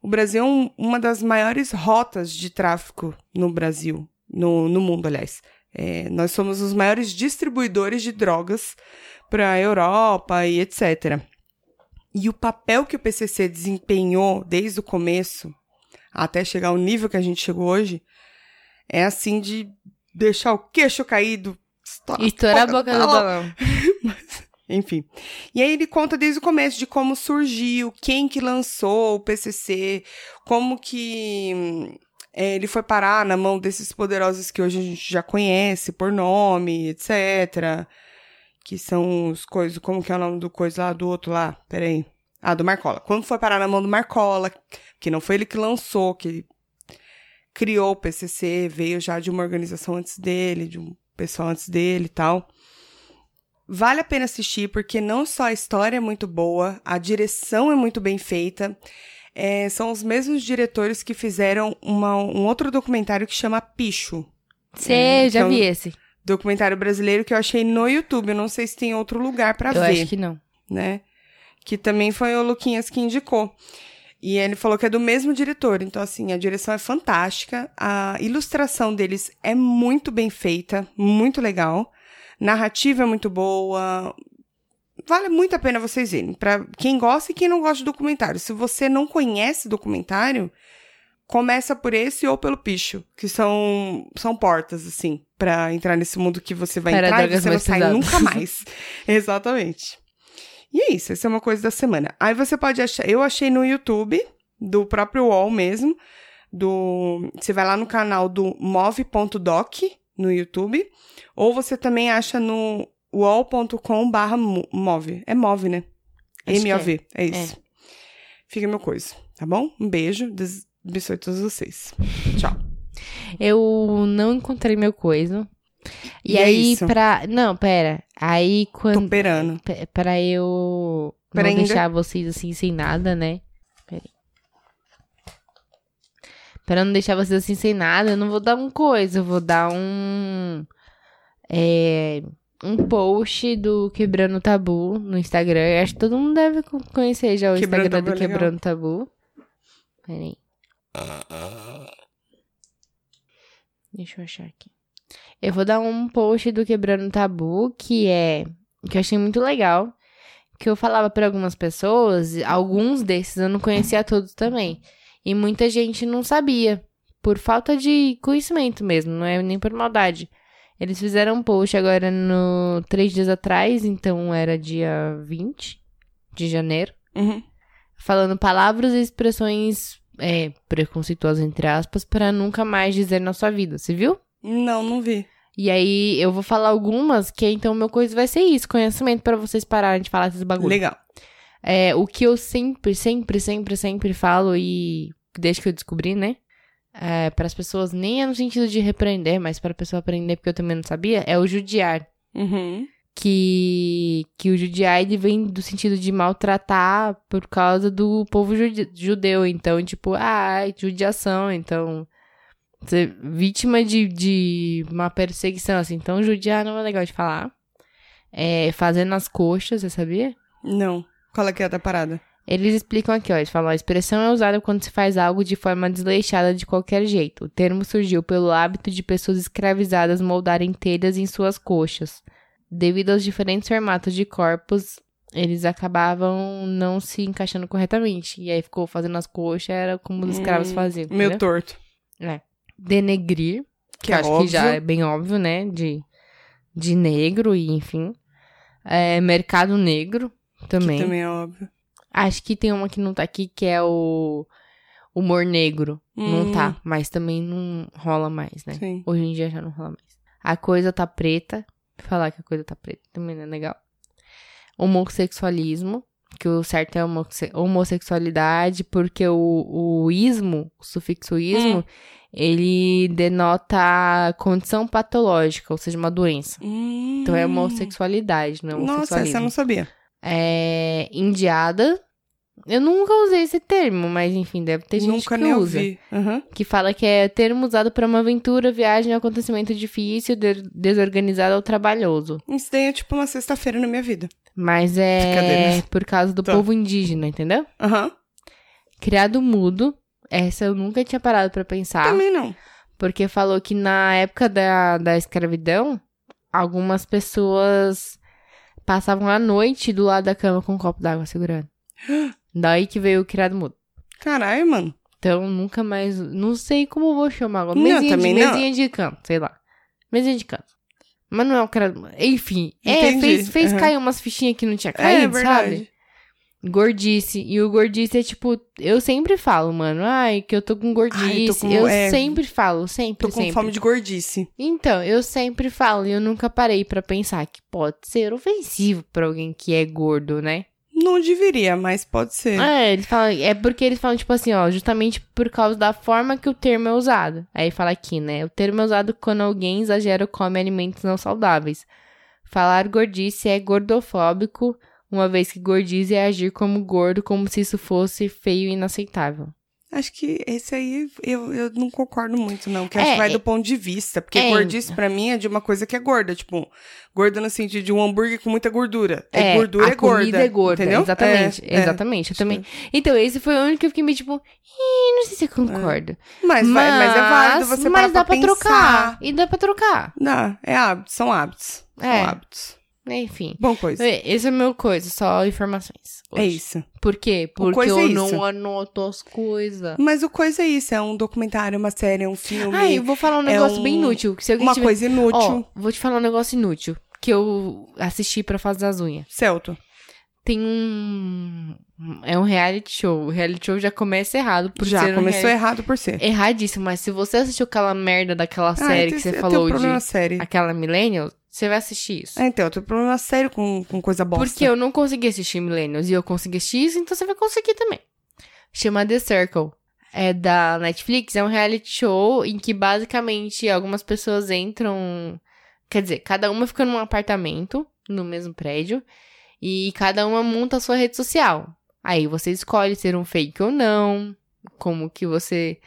S3: o Brasil é um- uma das maiores rotas de tráfico no Brasil, no, no mundo, aliás. É, nós somos os maiores distribuidores de drogas para a Europa e etc. E o papel que o PCC desempenhou desde o começo até chegar ao nível que a gente chegou hoje é assim de deixar o queixo caído, estourar,
S4: Estourar a boca do
S3: balão.
S4: balão.
S3: Enfim. E aí ele conta desde o começo de como surgiu, quem que lançou o PCC, como que hum, eh, ele foi parar na mão desses poderosos que hoje a gente já conhece por nome, etc. Que são os coisas, como que é o nome do coisa lá, do outro lá, peraí. Ah, do Marcola. Como foi parar na mão do Marcola, que não foi ele que lançou, que criou o PCC, veio já de uma organização antes dele, de um pessoal antes dele e tal. Vale a pena assistir porque não só a história é muito boa, a direção é muito bem feita. É, são os mesmos diretores que fizeram uma- um outro documentário que chama Picho.
S4: Você,
S3: É,
S4: já
S3: então,
S4: vi esse.
S3: Documentário brasileiro que eu achei no YouTube. Eu não sei se tem outro lugar pra
S4: Eu
S3: ver
S4: acho que não.
S3: né? Que também foi o Luquinhas que indicou. E ele falou que é do mesmo diretor. Então, assim, a direção é fantástica. A ilustração deles é muito bem feita, muito legal. Narrativa é muito boa. Vale muito a pena vocês irem. Pra quem gosta e quem não gosta de documentário. Se você não conhece documentário, começa por esse ou pelo Picho, que são, são portas, assim, pra entrar nesse mundo que você vai
S4: Para
S3: entrar e
S4: drogas
S3: você não
S4: mais
S3: sai
S4: pesadas.
S3: nunca mais. Exatamente. E é isso, essa é uma coisa da semana. Aí você pode achar. Eu achei no YouTube, do próprio UOL mesmo. Do, você vai lá no canal do move.doc no YouTube. Ou você também acha no wallcom move. É move, né?
S4: Acho que é.
S3: M-O-V. É. isso. Fica meu coisa, tá bom? Um beijo. Deus abençoe todos vocês. Tchau.
S4: Eu não encontrei meu coisa. E,
S3: E é
S4: aí,
S3: isso.
S4: pra. Não, pera. Aí
S3: Tô
S4: quando.
S3: perando.
S4: Pe- Pra eu
S3: Pera
S4: não
S3: ainda.
S4: deixar vocês assim sem nada, né? Peraí. Pra não deixar vocês assim sem nada, eu não vou dar um coisa, eu vou dar um. É, um post do Quebrando o Tabu no Instagram. Eu acho que todo mundo deve co- conhecer já o
S3: Quebrando
S4: Instagram
S3: Tabu é
S4: do
S3: legal.
S4: Quebrando Tabu. Peraí. Deixa eu achar aqui. Eu vou dar um post do Quebrando o Tabu, que é. que eu achei muito legal. Que eu falava pra algumas pessoas, e alguns desses eu não conhecia todos também. E muita gente não sabia. Por falta de conhecimento mesmo, não é nem por maldade. Eles fizeram um post agora no três dias atrás, então era dia 20 de janeiro
S3: Uhum.
S4: falando palavras e expressões é, preconceituosas, entre aspas, para nunca mais dizer na sua vida, você viu?
S3: Não, não vi.
S4: E aí eu vou falar algumas, que então meu coisa vai ser isso, conhecimento para vocês pararem de falar esses bagulhos.
S3: Legal.
S4: É, o que eu sempre, sempre, sempre, sempre falo e desde que eu descobri, né? É, para as pessoas, nem é no sentido de repreender, mas para a pessoa aprender, porque eu também não sabia, é o judiar
S3: Uhum.
S4: que, que o judiar ele vem do sentido de maltratar por causa do povo judi- judeu. Então, tipo, ah, é judiação, então. Ser vítima de, de uma perseguição, assim. Então, judiar não é legal de falar. É, fazer nas coxas, você sabia?
S3: Não. Qual é que é a da parada?
S4: Eles explicam aqui, ó, eles falam, a expressão é usada quando se faz algo de forma desleixada de qualquer jeito. O termo surgiu pelo hábito de pessoas escravizadas moldarem telhas em suas coxas. Devido aos diferentes formatos de corpos, eles acabavam não se encaixando corretamente. E aí ficou fazendo as coxas, era como os escravos
S3: Hum,
S4: faziam.
S3: Meu
S4: entendeu?
S3: torto.
S4: Denegrir que,
S3: é
S4: eu acho
S3: óbvio.
S4: que já é bem óbvio, né? De, de negro e enfim. É, mercado negro também.
S3: Que também é óbvio.
S4: Acho que tem uma que não tá aqui, que é o humor negro. Não
S3: Hum,
S4: tá, mas também não rola mais, né?
S3: Sim.
S4: Hoje em dia já não rola mais. A coisa tá preta. Falar que a coisa tá preta também não é legal. Homossexualismo. Que o certo é homosse- homossexualidade, porque o, o ismo, o sufixo ismo,
S3: Hum.
S4: ele denota a condição patológica, ou seja, uma doença. Então é homossexualidade, não é
S3: Hum. Nossa,
S4: homossexualismo.
S3: essa eu não sabia.
S4: É, indiada. Eu nunca usei esse termo, mas enfim, deve ter gente
S3: Nunca
S4: que
S3: nem
S4: usa.
S3: ouvi. Aham.
S4: Que fala que é termo usado para uma aventura, viagem, acontecimento difícil, de- desorganizado ou trabalhoso.
S3: Isso daí é tipo uma sexta-feira na minha vida.
S4: Mas é
S3: Brincadeira.
S4: por causa do
S3: Tá.
S4: povo indígena, entendeu?
S3: Aham.
S4: Criado mudo. Essa eu nunca tinha parado para pensar.
S3: Também não.
S4: Porque falou que na época da, da escravidão, algumas pessoas passavam a noite do lado da cama com um copo d'água segurando. Daí que veio o criado mudo.
S3: Caralho, mano.
S4: Então, nunca mais. Não sei como vou chamar agora.
S3: Não,
S4: Mesinha,
S3: também
S4: de,
S3: não.
S4: mesinha de canto, sei lá. Mesinha de canto. Mas não é o criado mudo. Enfim, é,
S3: Entendi.
S4: fez, fez
S3: Aham.
S4: cair umas fichinhas que não tinha
S3: é, é
S4: caído,
S3: verdade.
S4: sabe? Gordice. E o gordice é tipo. Eu sempre falo, mano. Ai, que eu tô com gordice.
S3: com-
S4: eu
S3: é,
S4: sempre falo, sempre.
S3: Tô com
S4: sempre.
S3: fome de gordice.
S4: Então, eu sempre falo e eu nunca parei pra pensar que pode ser ofensivo pra alguém que é gordo, né?
S3: Não deveria, mas pode ser.
S4: É, eles falam, é porque eles falam, tipo assim, ó, justamente por causa da forma que o termo é usado. Aí fala aqui, né? O termo é usado quando alguém exagera ou come alimentos não saudáveis. Falar gordice é gordofóbico, uma vez que gordice é agir como gordo, como se isso fosse feio e inaceitável.
S3: Acho que esse aí eu, eu não concordo muito, não. Porque acho
S4: É,
S3: que vai
S4: é-
S3: do ponto de vista. Porque
S4: é,
S3: gordice, pra mim, é de uma coisa que é gorda. Tipo, gorda no sentido de um hambúrguer com muita gordura. É, gordura,
S4: a
S3: é gorda.
S4: comida é gorda,
S3: entendeu?
S4: exatamente,
S3: É, é.
S4: exatamente. Eu também. Então esse foi o único que eu fiquei meio tipo, "Ih, não sei se eu concordo.
S3: É. Mas, vai- mas é válido você
S4: mas
S3: parar
S4: dá pra
S3: pensar.
S4: trocar. E dá pra trocar.
S3: Não, é hábito, são hábitos.
S4: É.
S3: São hábitos.
S4: Enfim.
S3: Bom coisa.
S4: Esse é o meu coisa, só informações. hoje.
S3: É isso.
S4: Por quê? Porque
S3: coisa
S4: eu
S3: é isso.
S4: não anoto as coisas.
S3: Mas o coisa é isso, é um documentário, uma série, um filme,
S4: Ah, eu vou falar um
S3: é
S4: negócio
S3: um-
S4: bem inútil. Que se alguém
S3: uma
S4: tiver...
S3: coisa inútil.
S4: Ó, vou te falar um negócio inútil que eu assisti pra fazer as unhas.
S3: Celto.
S4: Tem um. É um reality show. O reality show já começa errado. Por
S3: Já
S4: ser um
S3: começou
S4: reality...
S3: errado por ser.
S4: erradíssimo. Mas se você assistiu aquela merda daquela
S3: Ah,
S4: série
S3: eu
S4: que
S3: tenho-
S4: você
S3: eu
S4: falou
S3: tenho
S4: de.
S3: problema assim. sério.
S4: Aquela Millennial, você vai assistir isso.
S3: É, então, eu tenho problema sério com, com coisa bosta.
S4: Porque eu não consegui assistir Millennials e eu consegui assistir isso, então você vai conseguir também. Chama The Circle. É da Netflix, é um reality show em que basicamente algumas pessoas entram. Quer dizer, cada uma fica num apartamento, no mesmo prédio, e cada uma monta a sua rede social. Aí você escolhe ser um fake ou não, como que você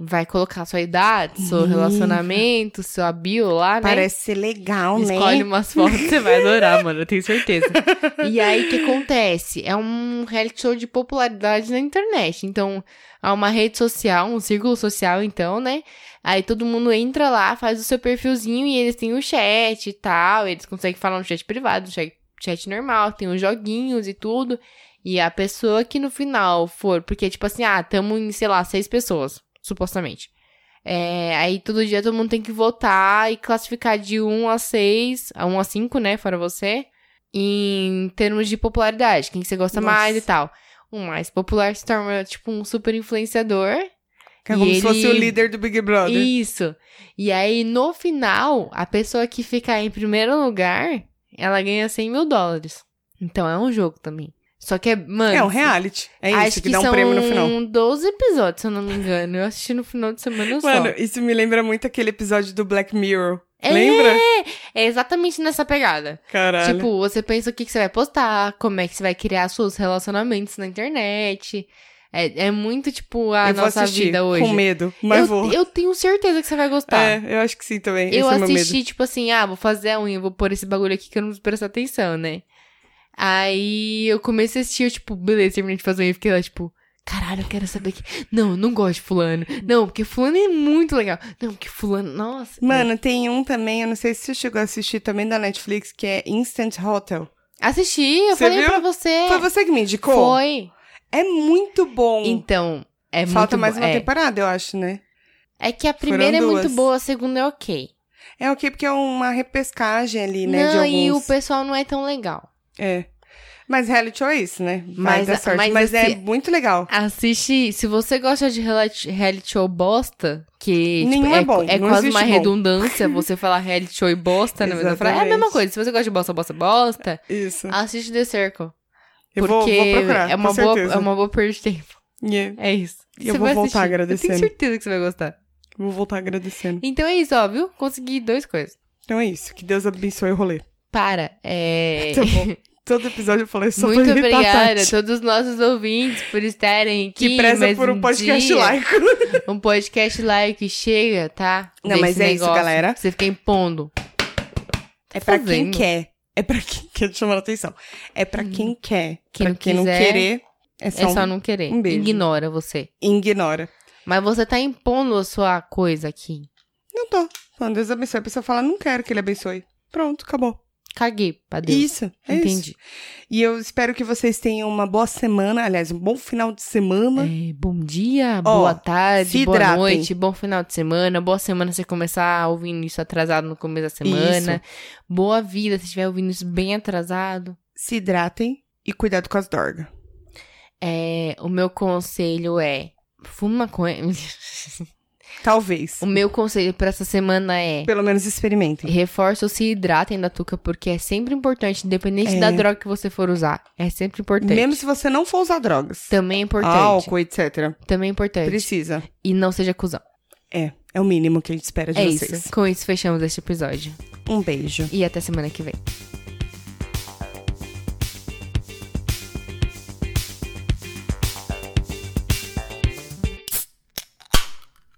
S4: vai colocar sua idade, seu
S3: Ih.
S4: relacionamento, sua bio lá, né?
S3: Parece ser legal, né?
S4: Escolhe umas fotos, você vai adorar, mano, eu tenho certeza. E aí, o que acontece? É um reality show de popularidade na internet. Então, há uma rede social, um círculo social, então, né? Aí todo mundo entra lá, faz o seu perfilzinho e eles têm o chat e tal. Eles conseguem falar no chat privado, no chat, chat normal, tem os joguinhos e tudo. E a pessoa que no final for, porque, tipo assim, ah, tamo em, sei lá, seis pessoas, supostamente. É, aí todo dia todo mundo tem que votar e classificar de 1 a 6, a 1 a 5, né, fora você, em termos de popularidade, quem que você gosta
S3: Nossa.
S4: mais e tal. O mais popular se torna, tipo, um super influenciador.
S3: Que é como
S4: E
S3: se fosse o
S4: ele-
S3: líder do Big Brother.
S4: Isso. E aí, no final, a pessoa que ficar em primeiro lugar, ela ganha 100 mil dólares. Então é um jogo também. Só que é, mano...
S3: É um reality. É
S4: acho
S3: isso, que, dá um prêmio no final.
S4: são 12 episódios, se eu não me engano. Eu assisti no final de semana só.
S3: Mano, isso me lembra muito aquele episódio do Black Mirror.
S4: É,
S3: Lembra?
S4: É exatamente nessa pegada.
S3: Caralho.
S4: Tipo, você pensa o que, que você vai postar, como é que você vai criar seus relacionamentos na internet. É, é muito, tipo, a
S3: eu vou
S4: nossa
S3: assistir
S4: vida hoje.
S3: com medo, mas
S4: eu,
S3: vou.
S4: eu tenho certeza que você vai gostar.
S3: É, eu acho que sim também.
S4: eu
S3: Esse é o meu medo.
S4: assisti, tipo assim, ah, vou fazer a unha, vou pôr esse bagulho aqui que eu não preciso prestar atenção, né? Aí eu comecei a assistir, eu, tipo, beleza, terminei de fazer a unha, fiquei lá, tipo, caralho, eu quero saber que. Não, eu não gosto de fulano. Não, porque fulano é muito legal. Não, porque fulano. Nossa.
S3: Mano, tem um também, eu não sei se você chegou a assistir também da Netflix, que é Instant Hotel.
S4: Assisti, eu
S3: Você
S4: falei
S3: viu?
S4: pra você.
S3: Foi você que me indicou?
S4: É. Foi.
S3: É muito bom.
S4: Então, é
S3: Falta
S4: muito
S3: mais
S4: bo-
S3: uma
S4: é.
S3: temporada, eu acho, né?
S4: É que a
S3: Foram
S4: primeira é muito
S3: duas.
S4: boa, a segunda é ok.
S3: É o quê? Porque é uma repescagem ali, né? de
S4: não,
S3: alguns...
S4: e o pessoal não é tão legal.
S3: É. Mas reality show é isso, né? Vai
S4: Mas-
S3: dar sorte.
S4: mas
S3: Mas,
S4: assim-
S3: é muito legal.
S4: Assiste, se você gosta de reality reality show bosta, que tipo,
S3: Nenhum
S4: é,
S3: é bom,
S4: é
S3: não
S4: quase
S3: existe
S4: uma
S3: bom.
S4: redundância você falar reality show e bosta na mesma frase. É a mesma
S3: Exatamente.
S4: coisa, se você gosta de bosta, bosta, bosta,
S3: Isso.
S4: assiste The Circle.
S3: eu
S4: porque
S3: vou, vou procurar,
S4: é, uma
S3: com
S4: boa,
S3: certeza.
S4: é uma boa perda de tempo.
S3: Yeah.
S4: É isso.
S3: E eu
S4: Você
S3: vou
S4: vai
S3: voltar
S4: assistir. Eu
S3: agradecendo.
S4: tenho certeza que você vai gostar.
S3: Vou voltar agradecendo.
S4: Então é isso, ó, viu? Consegui duas coisas.
S3: Então é isso. Que Deus abençoe o rolê.
S4: Para, é...
S3: Tá bom. Todo episódio eu falei só
S4: Muito
S3: pra irritar a
S4: obrigada a
S3: Tati,
S4: todos os nossos ouvintes por estarem aqui.
S3: Que preza
S4: mais
S3: por um podcast
S4: dia,
S3: laico.
S4: Um podcast like chega, tá?
S3: Não, mas é isso, galera.
S4: Você fica impondo.
S3: É pra quem
S4: fazendo. Uhum.
S3: quer. É pra quem quer chamar a atenção. É pra quem quer.
S4: Quem
S3: pra
S4: não
S3: quem não
S4: quiser,
S3: querer, é só,
S4: é só não querer.
S3: um beijo.
S4: Ignora você.
S3: ignora.
S4: Mas você tá impondo a sua coisa aqui.
S3: Não tô. Falando, Deus abençoe. A pessoa fala, não quero que ele abençoe. Pronto, acabou.
S4: Caguei pra Deus.
S3: Isso. É
S4: Entendi.
S3: Isso. E eu espero que vocês tenham uma boa semana. Aliás, um bom final de semana.
S4: É, bom dia,
S3: Ó,
S4: boa tarde,
S3: se
S4: boa
S3: hidratem.
S4: noite, bom final de semana. Boa semana se você começar ouvindo isso atrasado no começo da semana. Boa vida se estiver ouvindo isso bem atrasado.
S3: Se hidratem e cuidado com as dorgas.
S4: É, o meu conselho é. Fuma maconha.
S3: Talvez.
S4: o É meu conselho pra essa semana é.
S3: Pelo menos experimentem.
S4: Reforça ou se hidratem da tuca, porque é sempre importante, independente da
S3: É.
S4: droga que você for usar. É sempre importante.
S3: Mesmo se você não for usar drogas.
S4: Também é importante.
S3: Álcool, etc.
S4: Também é importante.
S3: Precisa.
S4: E não seja cuzão.
S3: É. É o mínimo que a gente espera de
S4: É
S3: vocês.
S4: isso. Com isso, fechamos este episódio.
S3: Um beijo.
S4: E até semana que vem.